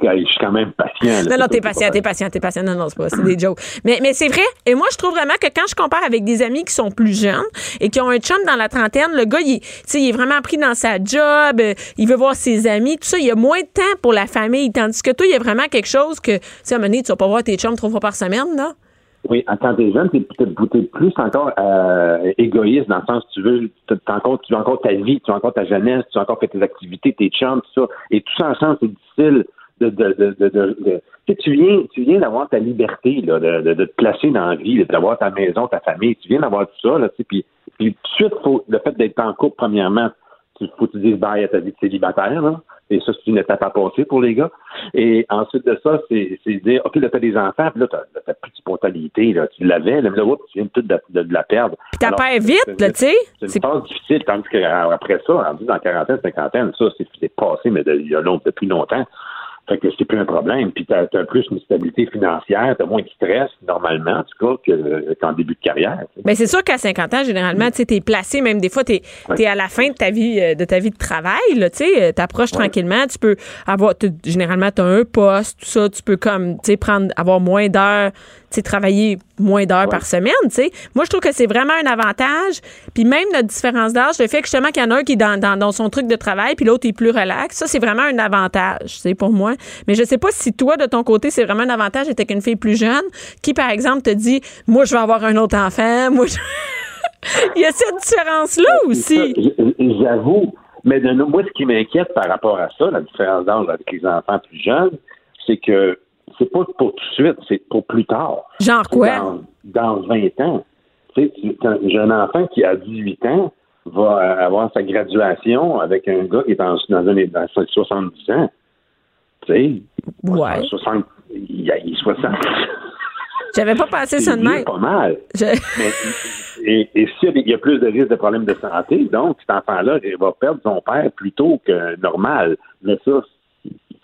Hey, Je suis quand même patient.
Non,
là.
non,
C'est
t'es
pas-
patient, t'es patient, t'es patient. Non, non, c'est pas, c'est des jokes. Mais, mais c'est vrai. Et moi, je trouve vraiment que quand je compare avec des amis qui sont plus jeunes et qui ont un chum dans la trentaine, le gars, il, est- tu sais, il est vraiment pris dans sa job, euh, il veut voir ses amis, tout ça. Il y a moins de temps pour la famille. Tandis que toi, il y a vraiment quelque chose que, tu sais, à un moment donné, tu vas pas voir tes chums trois fois par semaine, là.
Oui, quand t'es jeune, t'es t'es- t'es plus encore euh, égoïste dans le sens que tu veux, t'as encore, tu veux encore ta vie, tu veux encore ta jeunesse, tu veux encore faire tes activités, tes chums, tout ça. Et tout ça ensemble, c'est difficile de, de, de, de, de- de- tu sais, tu viens, tu viens d'avoir ta liberté, là, de, de, de te placer dans la vie, là, d'avoir ta maison, ta famille, tu viens d'avoir tout ça, là, tu sais, puis, puis tout de suite, faut, le fait d'être en couple, premièrement, il faut que tu dises bye à ta vie de célibataire, là. Et ça, c'est une étape à passer pour les gars. Et ensuite de ça, c'est c'est dire, OK, là, t'as des enfants, puis là, t'as t'as plus de spontanéité, là. Tu l'avais, là, mais là, oups, tu viens tout de, de- de la perdre.
Puis t'as
Alors,
pas vite, là, tu sais.
C'est
C'est-
une phase difficile, tandis qu'après ça, rendu dans la quarantaine, cinquantaine, ça, c'est c'est passé, mais de- il y a long, depuis longtemps. Fait que c'est plus un problème. Puis t'as as plus une stabilité financière, t'as moins de stress, normalement, en tout cas, que- euh, qu'en début de carrière. tu sais.
Ben c'est sûr qu'à 50 ans, généralement, tu es placé, même des fois, tu es,
Ouais.
à la fin de ta vie euh, de ta vie de travail, tu sais, euh, t'approches tranquillement, tu peux avoir, t'as- généralement, tu as un poste, tout ça, tu peux comme, tu sais, prendre, avoir moins d'heures, tu tu sais, travailler moins d'heures par semaine, tu sais. Moi, je trouve que c'est vraiment un avantage. Puis même notre différence d'âge, le fait que justement qu'il y en a un qui est dans, dans- dans son truc de travail, puis l'autre est plus relax, ça, c'est vraiment un avantage, tu sais, pour moi. Mais je sais pas si toi, de ton côté, c'est vraiment un avantage d'être qu'une fille plus jeune qui, par exemple, te dit, moi, je vais avoir un autre enfant, moi, je... Il y a cette différence-là aussi.
J- J'avoue. Mais de, moi, ce qui m'inquiète par rapport à ça, la différence d'âge avec les enfants plus jeunes, c'est que c'est pas pour tout de suite, c'est pour plus tard.
Genre quoi?
Dans, dans 20 ans. Tu sais, tu- t'as un jeune enfant qui a 18 ans va euh, avoir sa graduation avec un gars qui est en- dans, un, dans ses 70 ans. Tu sais,
Ouais.
60, il a- il est 60.
J'avais pas pensé ça
C'est
de
vieux,
même.
pas mal.
Je-
Mais, et, et s'il y a- il y a plus de risques de problèmes de santé, donc cet enfant-là il va perdre son père plus tôt que normal. Mais ça,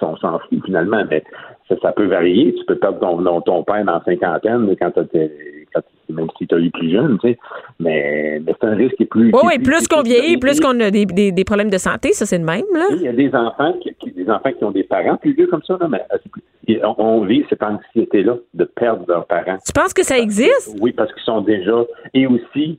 on s'en fout finalement, mais ça, ça peut varier. Tu peux perdre ton, ton- ton père dans la cinquantaine quand t'as- t'es- quand- même si tu as eu plus jeune, tu sais. Mais, mais c'est un risque qui est
Oui,
plus. qui est
oui, plus qu'on vieillit, plus
qui est-
qu'on a des, des, des problèmes de santé, ça c'est le même, là.
Il y a des enfants qui, qui- des enfants qui ont des parents plus vieux comme ça, là, mais euh, et on, on vit cette anxiété-là de perdre leurs parents.
Tu penses que ça existe?
Oui, parce qu'ils sont déjà. Et aussi,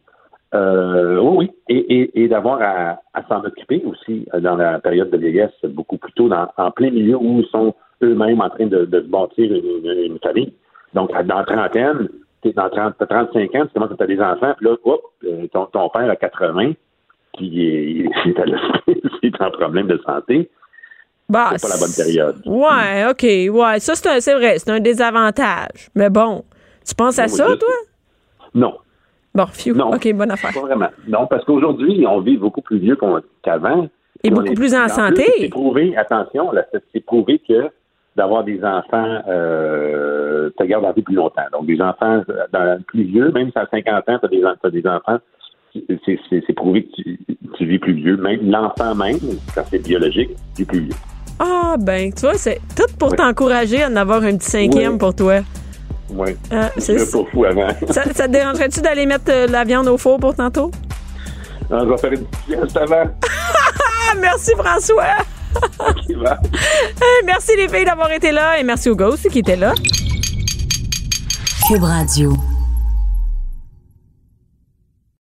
euh, oui, oui, et, et, et d'avoir à, à s'en occuper aussi euh, dans la période de vieillesse, beaucoup plus tôt, dans, en plein milieu où ils sont eux-mêmes en train de, de bâtir une, une- une famille. Donc, à- dans la trentaine, t'es dans 30, t'as 35 ans, tu commences à as des enfants, puis là, hop, euh, ton, ton père a 80, qui est, c'est en problème de santé,
Bah,
c'est pas la bonne période.
Ouais, OK, ouais. Ça, c'est un- c'est vrai, c'est un désavantage. Mais bon, tu penses à
Oui,
ça,
je-
toi?
Non,
Bon, phew.
Non.
OK, bonne affaire.
Pas vraiment. Non, parce qu'aujourd'hui, on vit beaucoup plus vieux qu'on- qu'avant.
Et
on
beaucoup
est-
plus en santé.
plus, C'est prouvé, attention, là, c'est c'est prouvé que d'avoir des enfants, euh, te garde en vie plus longtemps. Donc, des enfants euh, dans- plus vieux, même si à 50 ans, tu as, des enfants, c'est- c'est c'est prouvé que tu, tu vis plus vieux. Même l'enfant même, quand c'est biologique, vit plus vieux.
Ah, ben, tu vois, c'est tout pour
Oui.
t'encourager à en avoir un petit cinquième
Oui.
pour toi.
Oui.
Ah,
Je
c'est-
suis pas fou avant.
ça, ça te dérangerait-tu d'aller mettre euh, la viande au four pour tantôt?
On va faire une petite sieste avant.
Ah, merci, François!
Qui va?
Merci, les filles, d'avoir été là et merci aux gars aussi qui étaient là.
Cube Radio.